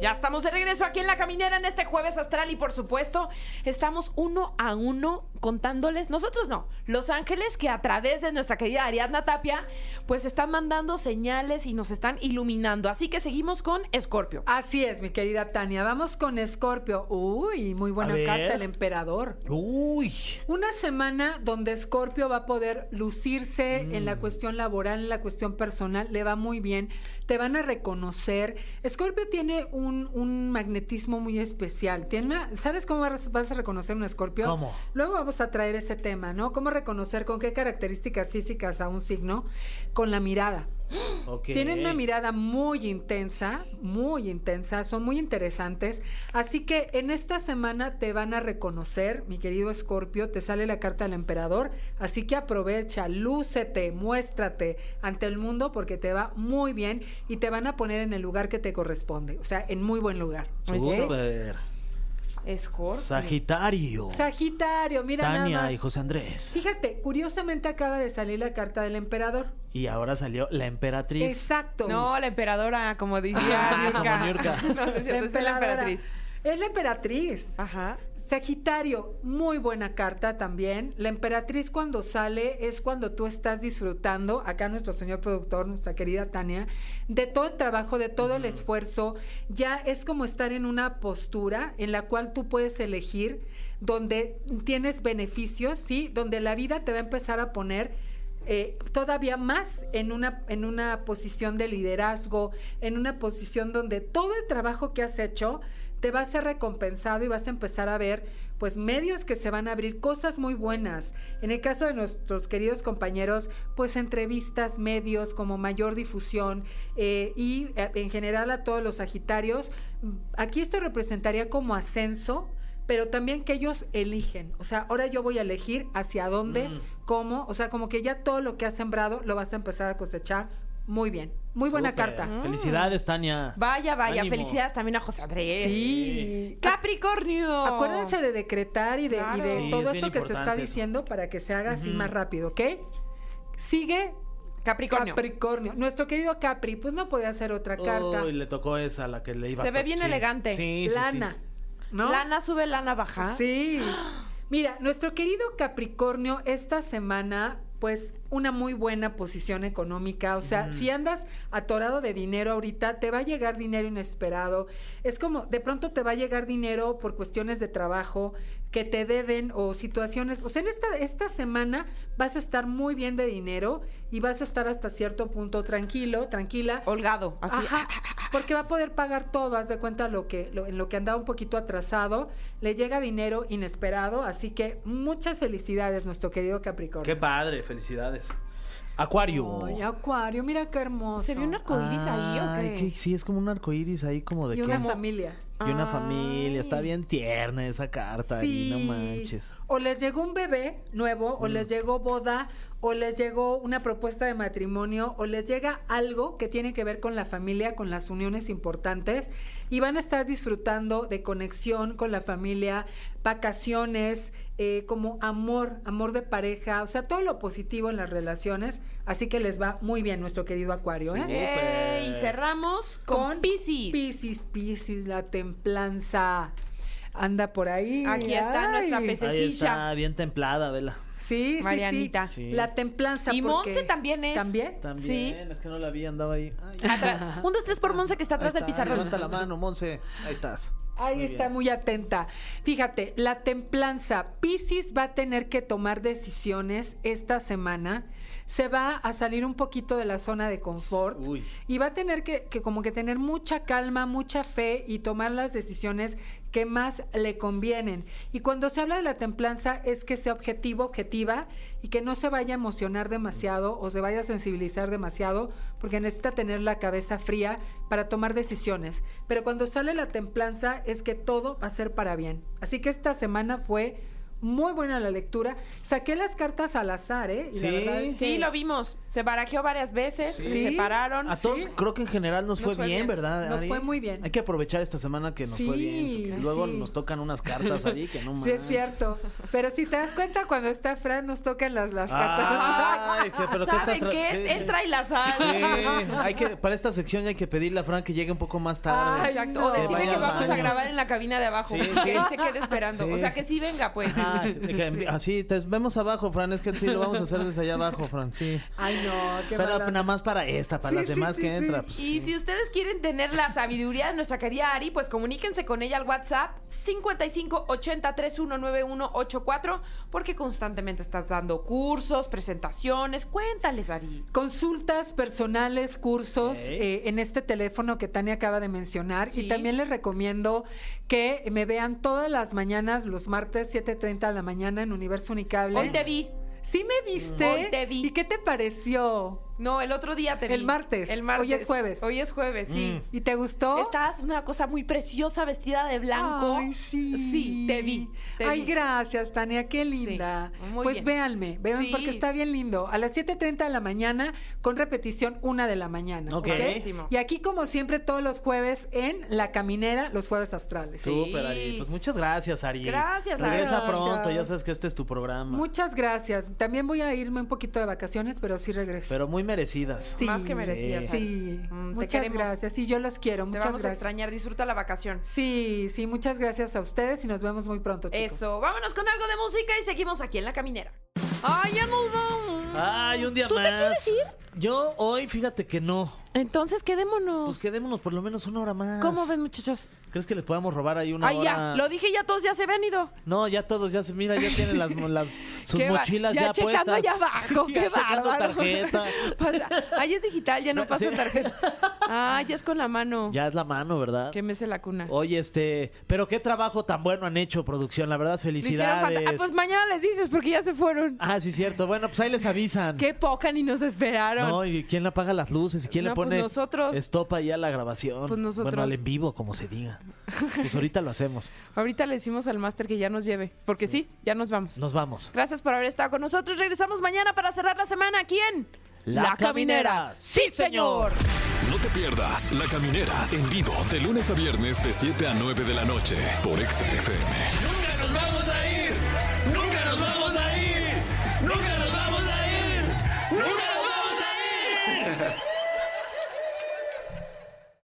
[SPEAKER 2] Ya estamos de regreso aquí en La Caminera en este jueves astral y por supuesto estamos uno a uno contándoles, nosotros no, los ángeles que a través de nuestra querida Ariadna Tapia pues están mandando señales y nos están iluminando. Así que seguimos con Escorpio.
[SPEAKER 7] Así es, mi querida Tania. Vamos con Escorpio. Uy, muy buena
[SPEAKER 3] A ver.
[SPEAKER 7] carta, el emperador.
[SPEAKER 3] Uy.
[SPEAKER 7] Una semana donde Scorpio va a poder lucirse en
[SPEAKER 3] Mm.
[SPEAKER 7] la cuestión laboral, en la cuestión personal, le va muy bien, te van a reconocer. Scorpio tiene un, un magnetismo muy especial. Tiene una- ¿Sabes cómo vas vas a reconocer un Scorpio?
[SPEAKER 3] ¿Cómo?
[SPEAKER 7] Luego vamos a traer ese tema, ¿no? ¿Cómo reconocer con qué características físicas a un signo? Con la mirada.
[SPEAKER 3] Ok.
[SPEAKER 7] Tienen una mirada muy intensa, muy intensa, son muy interesantes. Así que en esta semana te van a reconocer, mi querido Escorpio, te sale la carta del emperador. Así que aprovecha, lúcete, muéstrate ante el mundo porque te va muy bien y te van a poner en el lugar que te corresponde, o sea, en muy buen lugar. ¿ok?
[SPEAKER 3] Súper.
[SPEAKER 2] Escorpio.
[SPEAKER 3] Sagitario.
[SPEAKER 7] Sagitario, mira nada
[SPEAKER 3] Tania
[SPEAKER 7] más.
[SPEAKER 3] y José Andrés.
[SPEAKER 7] Fíjate, curiosamente acaba de salir la carta del emperador.
[SPEAKER 3] Y ahora salió la emperatriz.
[SPEAKER 7] Exacto.
[SPEAKER 2] No, la emperadora, como decía
[SPEAKER 3] Ah,
[SPEAKER 2] Niurka.
[SPEAKER 3] como Niurka.
[SPEAKER 2] No, no es cierto, es la
[SPEAKER 7] emperadora.
[SPEAKER 2] emperatriz.
[SPEAKER 7] Es la emperatriz.
[SPEAKER 2] Ajá.
[SPEAKER 7] Sagitario, muy buena carta también. La emperatriz cuando sale es cuando tú estás disfrutando, acá nuestro señor productor, nuestra querida Tania, de todo el trabajo, de todo el esfuerzo. Ya es como estar en una postura en la cual tú puedes elegir donde tienes beneficios, ¿sí? Donde la vida te va a empezar a poner eh, todavía más en una, en una posición de liderazgo, en una posición donde todo el trabajo que has hecho te va a ser recompensado y vas a empezar a ver pues medios que se van a abrir, cosas muy buenas. En el caso de nuestros queridos compañeros, pues entrevistas, medios, como mayor difusión eh, y eh, en general a todos los sagitarios, mm, aquí esto representaría como ascenso, pero también que ellos eligen. O sea, ahora yo voy a elegir hacia dónde, cómo, o sea, como que ya todo lo que has sembrado lo vas a empezar a cosechar muy bien. Muy buena
[SPEAKER 3] Súper.
[SPEAKER 7] carta.
[SPEAKER 3] Felicidades, Tania.
[SPEAKER 2] Vaya, vaya.
[SPEAKER 3] Ánimo.
[SPEAKER 2] Felicidades también a José Andrés.
[SPEAKER 7] Sí.
[SPEAKER 2] Capricornio.
[SPEAKER 7] Acuérdense de decretar y de, y
[SPEAKER 2] Claro.
[SPEAKER 7] de
[SPEAKER 2] Sí,
[SPEAKER 3] es
[SPEAKER 7] todo
[SPEAKER 3] bien
[SPEAKER 7] esto que se está
[SPEAKER 3] importante eso.
[SPEAKER 7] diciendo para que se haga así más rápido, ¿ok? Sigue
[SPEAKER 2] Capricornio.
[SPEAKER 7] Capricornio. Nuestro querido Capri, pues no podía hacer otra
[SPEAKER 3] Oh,
[SPEAKER 7] carta.
[SPEAKER 3] Uy, le tocó esa, la que le iba
[SPEAKER 2] Se
[SPEAKER 3] a
[SPEAKER 2] ve
[SPEAKER 3] to-
[SPEAKER 2] bien
[SPEAKER 3] sí.
[SPEAKER 2] elegante.
[SPEAKER 3] Sí, sí, sí.
[SPEAKER 7] Lana, ¿no?
[SPEAKER 2] Lana sube, lana baja.
[SPEAKER 7] Sí. Mira, nuestro querido Capricornio, esta semana, pues una muy buena posición económica. O sea, si andas atorado de dinero ahorita, te va a llegar dinero inesperado. Es como, de pronto te va a llegar dinero por cuestiones de trabajo que te deben o situaciones. O sea, en esta, esta semana vas a estar muy bien de dinero y vas a estar hasta cierto punto tranquilo, tranquila.
[SPEAKER 2] Holgado, así.
[SPEAKER 7] Ajá, porque va a poder pagar todo, haz de cuenta lo que lo- en lo que andaba un poquito atrasado, le llega dinero inesperado, así que muchas felicidades nuestro querido Capricornio.
[SPEAKER 3] Qué padre, felicidades. Acuario.
[SPEAKER 7] Ay, Acuario, mira qué hermoso.
[SPEAKER 2] ¿Se vio un arcoíris ahí o
[SPEAKER 3] Ay,
[SPEAKER 2] qué?
[SPEAKER 3] que sí, es como un arcoíris ahí como de
[SPEAKER 7] y una
[SPEAKER 3] como-
[SPEAKER 7] familia.
[SPEAKER 3] y una
[SPEAKER 2] Ay.
[SPEAKER 3] familia. Está bien tierna esa carta, Ari, no manches.
[SPEAKER 7] o les llegó un bebé nuevo, o les llegó boda, o les llegó una propuesta de matrimonio, o les llega algo que tiene que ver con la familia, con las uniones importantes, y van a estar disfrutando de conexión con la familia, vacaciones, eh, como amor, amor de pareja, o sea, todo lo positivo en las relaciones. Así que les va muy bien nuestro querido Acuario. ¿eh?
[SPEAKER 2] Eh, y cerramos con, Piscis.
[SPEAKER 7] Piscis, Piscis, la templanza. Anda por ahí.
[SPEAKER 2] Aquí está nuestra
[SPEAKER 7] Ay.
[SPEAKER 2] pececilla.
[SPEAKER 3] Ahí está, bien templada, vela.
[SPEAKER 7] Sí, sí,
[SPEAKER 2] Marianita.
[SPEAKER 7] sí,
[SPEAKER 3] Sí.
[SPEAKER 7] La templanza.
[SPEAKER 2] Y
[SPEAKER 7] porque-
[SPEAKER 2] Monse también es.
[SPEAKER 7] ¿También?
[SPEAKER 3] También,
[SPEAKER 2] Sí.
[SPEAKER 3] es que no la vi, andaba ahí. Ay,
[SPEAKER 2] Atrás. Un, dos, tres por Monse que está atrás
[SPEAKER 3] ahí
[SPEAKER 2] del
[SPEAKER 3] está,
[SPEAKER 2] pizarrón.
[SPEAKER 3] Levanta la mano, Monse. Ahí estás.
[SPEAKER 7] Ahí
[SPEAKER 3] Muy
[SPEAKER 7] está
[SPEAKER 3] bien.
[SPEAKER 7] muy atenta. Fíjate, la templanza. Piscis va a tener que tomar decisiones esta semana. Se va a salir un poquito de la zona de confort
[SPEAKER 3] Uy.
[SPEAKER 7] y va a tener que, que como que tener mucha calma, mucha fe y tomar las decisiones que más le convienen. Y cuando se habla de la templanza es que sea objetivo, objetiva y que no se vaya a emocionar demasiado o se vaya a sensibilizar demasiado porque necesita tener la cabeza fría para tomar decisiones. Pero cuando sale la templanza es que todo va a ser para bien. Así que esta semana fue muy buena la lectura. Saqué las cartas al azar, ¿eh? Y la
[SPEAKER 3] Sí.
[SPEAKER 7] verdad es
[SPEAKER 2] Sí,
[SPEAKER 7] que-
[SPEAKER 2] lo vimos. Se barajeó varias veces, se
[SPEAKER 7] Sí.
[SPEAKER 2] separaron.
[SPEAKER 3] A todos creo que en general nos,
[SPEAKER 2] Nos
[SPEAKER 3] fue,
[SPEAKER 2] fue bien.
[SPEAKER 3] bien, ¿verdad?
[SPEAKER 7] Nos
[SPEAKER 3] Ari?
[SPEAKER 7] fue muy bien.
[SPEAKER 3] Hay que aprovechar esta semana que nos fue
[SPEAKER 7] Sí,
[SPEAKER 3] bien. Luego
[SPEAKER 7] sí.
[SPEAKER 3] nos tocan unas cartas ahí que no
[SPEAKER 7] Sí, es
[SPEAKER 3] manches.
[SPEAKER 7] cierto. Pero si te das cuenta, cuando está Fran, nos tocan las, las cartas.
[SPEAKER 3] Ay, que- pero ¿qué estás
[SPEAKER 2] ¿Saben
[SPEAKER 3] tra-
[SPEAKER 2] qué?
[SPEAKER 3] qué-
[SPEAKER 2] Entra y la
[SPEAKER 3] Sí,
[SPEAKER 2] sal.
[SPEAKER 3] hay que, para esta sección hay que pedirle a Fran que llegue un poco más tarde.
[SPEAKER 7] Ay,
[SPEAKER 2] Exacto.
[SPEAKER 7] no.
[SPEAKER 2] O decirle
[SPEAKER 3] vaya
[SPEAKER 2] que
[SPEAKER 3] al
[SPEAKER 2] vamos a
[SPEAKER 3] baño.
[SPEAKER 2] grabar en la cabina de abajo.
[SPEAKER 3] Sí,
[SPEAKER 2] y que
[SPEAKER 3] sí.
[SPEAKER 2] ahí se quede esperando.
[SPEAKER 3] Sí.
[SPEAKER 2] O sea, que sí venga, pues.
[SPEAKER 3] Ah, que envi- así, te vemos abajo, Fran. Es que sí, lo vamos a hacer desde allá abajo, Fran. Sí.
[SPEAKER 7] Ay, no, qué
[SPEAKER 3] Pero
[SPEAKER 7] mala
[SPEAKER 3] nada más para esta, para
[SPEAKER 7] Sí,
[SPEAKER 3] las
[SPEAKER 7] sí,
[SPEAKER 3] demás
[SPEAKER 7] sí,
[SPEAKER 3] que
[SPEAKER 7] sí.
[SPEAKER 3] entra. pues,
[SPEAKER 2] Y
[SPEAKER 3] sí.
[SPEAKER 2] si ustedes quieren tener la sabiduría de nuestra querida Ari, pues comuníquense con ella al WhatsApp 55 80 319184 porque constantemente estás dando cursos, presentaciones. Cuéntales, Ari.
[SPEAKER 7] Consultas personales, cursos
[SPEAKER 3] Ok.
[SPEAKER 7] eh, en este teléfono que Tania acaba de mencionar.
[SPEAKER 2] Sí.
[SPEAKER 7] Y también les recomiendo que me vean todas las mañanas, los martes 7.30 de la mañana en Universo Unicable.
[SPEAKER 2] Hoy te vi.
[SPEAKER 7] Sí me viste.
[SPEAKER 2] Hoy te vi.
[SPEAKER 7] ¿Y qué te pareció?
[SPEAKER 2] No, el otro día te vi.
[SPEAKER 7] El martes.
[SPEAKER 2] El martes.
[SPEAKER 7] Hoy es jueves. Mm.
[SPEAKER 2] Hoy es jueves, sí.
[SPEAKER 7] ¿Y te gustó?
[SPEAKER 2] Estás una cosa muy preciosa vestida de blanco.
[SPEAKER 7] Ay, sí.
[SPEAKER 2] Sí, te vi. te
[SPEAKER 7] Ay,
[SPEAKER 2] vi.
[SPEAKER 7] gracias, Tania, qué linda.
[SPEAKER 2] muy
[SPEAKER 7] pues
[SPEAKER 2] bien.
[SPEAKER 7] véanme, vean
[SPEAKER 2] Sí.
[SPEAKER 7] porque está bien lindo. A las 7.30 de la mañana, con repetición una de la mañana.
[SPEAKER 3] Ok.
[SPEAKER 7] ¿ok?
[SPEAKER 2] Buenísimo.
[SPEAKER 7] Y aquí, como siempre, todos los jueves en La Caminera, los jueves astrales.
[SPEAKER 3] Súper, Ari. Pues muchas gracias, Ari.
[SPEAKER 2] Gracias, Ari.
[SPEAKER 3] Regresa pronto,
[SPEAKER 7] Gracias.
[SPEAKER 3] ya sabes que este es tu programa.
[SPEAKER 7] Muchas gracias. También voy a irme un poquito de vacaciones, pero sí regreso.
[SPEAKER 3] Pero muy merecidas.
[SPEAKER 7] Sí,
[SPEAKER 2] Más que merecidas,
[SPEAKER 7] Sí,
[SPEAKER 2] Ari. Mm, te
[SPEAKER 7] muchas
[SPEAKER 2] queremos.
[SPEAKER 7] gracias. Sí, yo los quiero.
[SPEAKER 2] Te
[SPEAKER 7] Muchas
[SPEAKER 2] vamos a
[SPEAKER 7] gracias.
[SPEAKER 2] extrañar. Disfruta la vacación.
[SPEAKER 7] Sí, sí, muchas gracias a ustedes y nos vemos muy pronto, chicos.
[SPEAKER 2] Eso, vámonos con algo de música y seguimos aquí en la caminera. ¡Ay, ya nos vamos!
[SPEAKER 3] Ay, un día
[SPEAKER 2] ¿Tú
[SPEAKER 3] más.
[SPEAKER 2] te quieres ir?
[SPEAKER 3] Yo hoy, fíjate que no.
[SPEAKER 2] Entonces quedémonos.
[SPEAKER 3] Pues quedémonos por lo menos una hora más.
[SPEAKER 2] ¿Cómo ven, muchachos?
[SPEAKER 3] ¿Crees que les podamos robar ahí una
[SPEAKER 2] Ay,
[SPEAKER 3] hora?
[SPEAKER 2] ya, lo dije, ya todos ya se habían ido.
[SPEAKER 3] No, ya todos, ya se mira, ya tienen las, las- sus
[SPEAKER 2] Qué va-
[SPEAKER 3] mochilas ya,
[SPEAKER 2] ya checando
[SPEAKER 3] puestas.
[SPEAKER 2] allá abajo,
[SPEAKER 3] Sí,
[SPEAKER 2] qué
[SPEAKER 3] ya checando
[SPEAKER 2] bárbaro.
[SPEAKER 3] tarjeta.
[SPEAKER 2] Pasa- Ay, es digital, ya no
[SPEAKER 3] No,
[SPEAKER 2] pasa
[SPEAKER 3] sí.
[SPEAKER 2] tarjeta. Ah, ya es con la mano.
[SPEAKER 3] Ya es la mano, ¿verdad?
[SPEAKER 2] Que mece la cuna.
[SPEAKER 3] Oye, este, pero qué trabajo tan bueno han hecho, producción. La verdad,
[SPEAKER 2] Lo hicieron
[SPEAKER 3] felicidades.
[SPEAKER 2] fanta- Ah, pues mañana les dices porque ya se fueron.
[SPEAKER 3] Ah, sí, cierto. Bueno, pues ahí les avisan.
[SPEAKER 2] Qué poca ni nos esperaron.
[SPEAKER 3] No, ¿y quién le apaga las luces? ¿Y quién
[SPEAKER 2] No,
[SPEAKER 3] le
[SPEAKER 2] pues
[SPEAKER 3] pone
[SPEAKER 2] nosotros.
[SPEAKER 3] stop ahí a la grabación?
[SPEAKER 2] Pues nosotros.
[SPEAKER 3] Bueno, al en vivo, como se diga. Pues ahorita lo hacemos.
[SPEAKER 2] Ahorita le decimos al máster que ya nos lleve, porque sí, ya nos vamos.
[SPEAKER 3] Nos vamos.
[SPEAKER 2] Gracias por haber estado con nosotros. Regresamos mañana para cerrar la semana aquí en
[SPEAKER 3] La Caminera.
[SPEAKER 2] ¡Sí, señor!
[SPEAKER 1] No te pierdas La Caminera en vivo de lunes a viernes de 7 a 9 de la noche por XFM.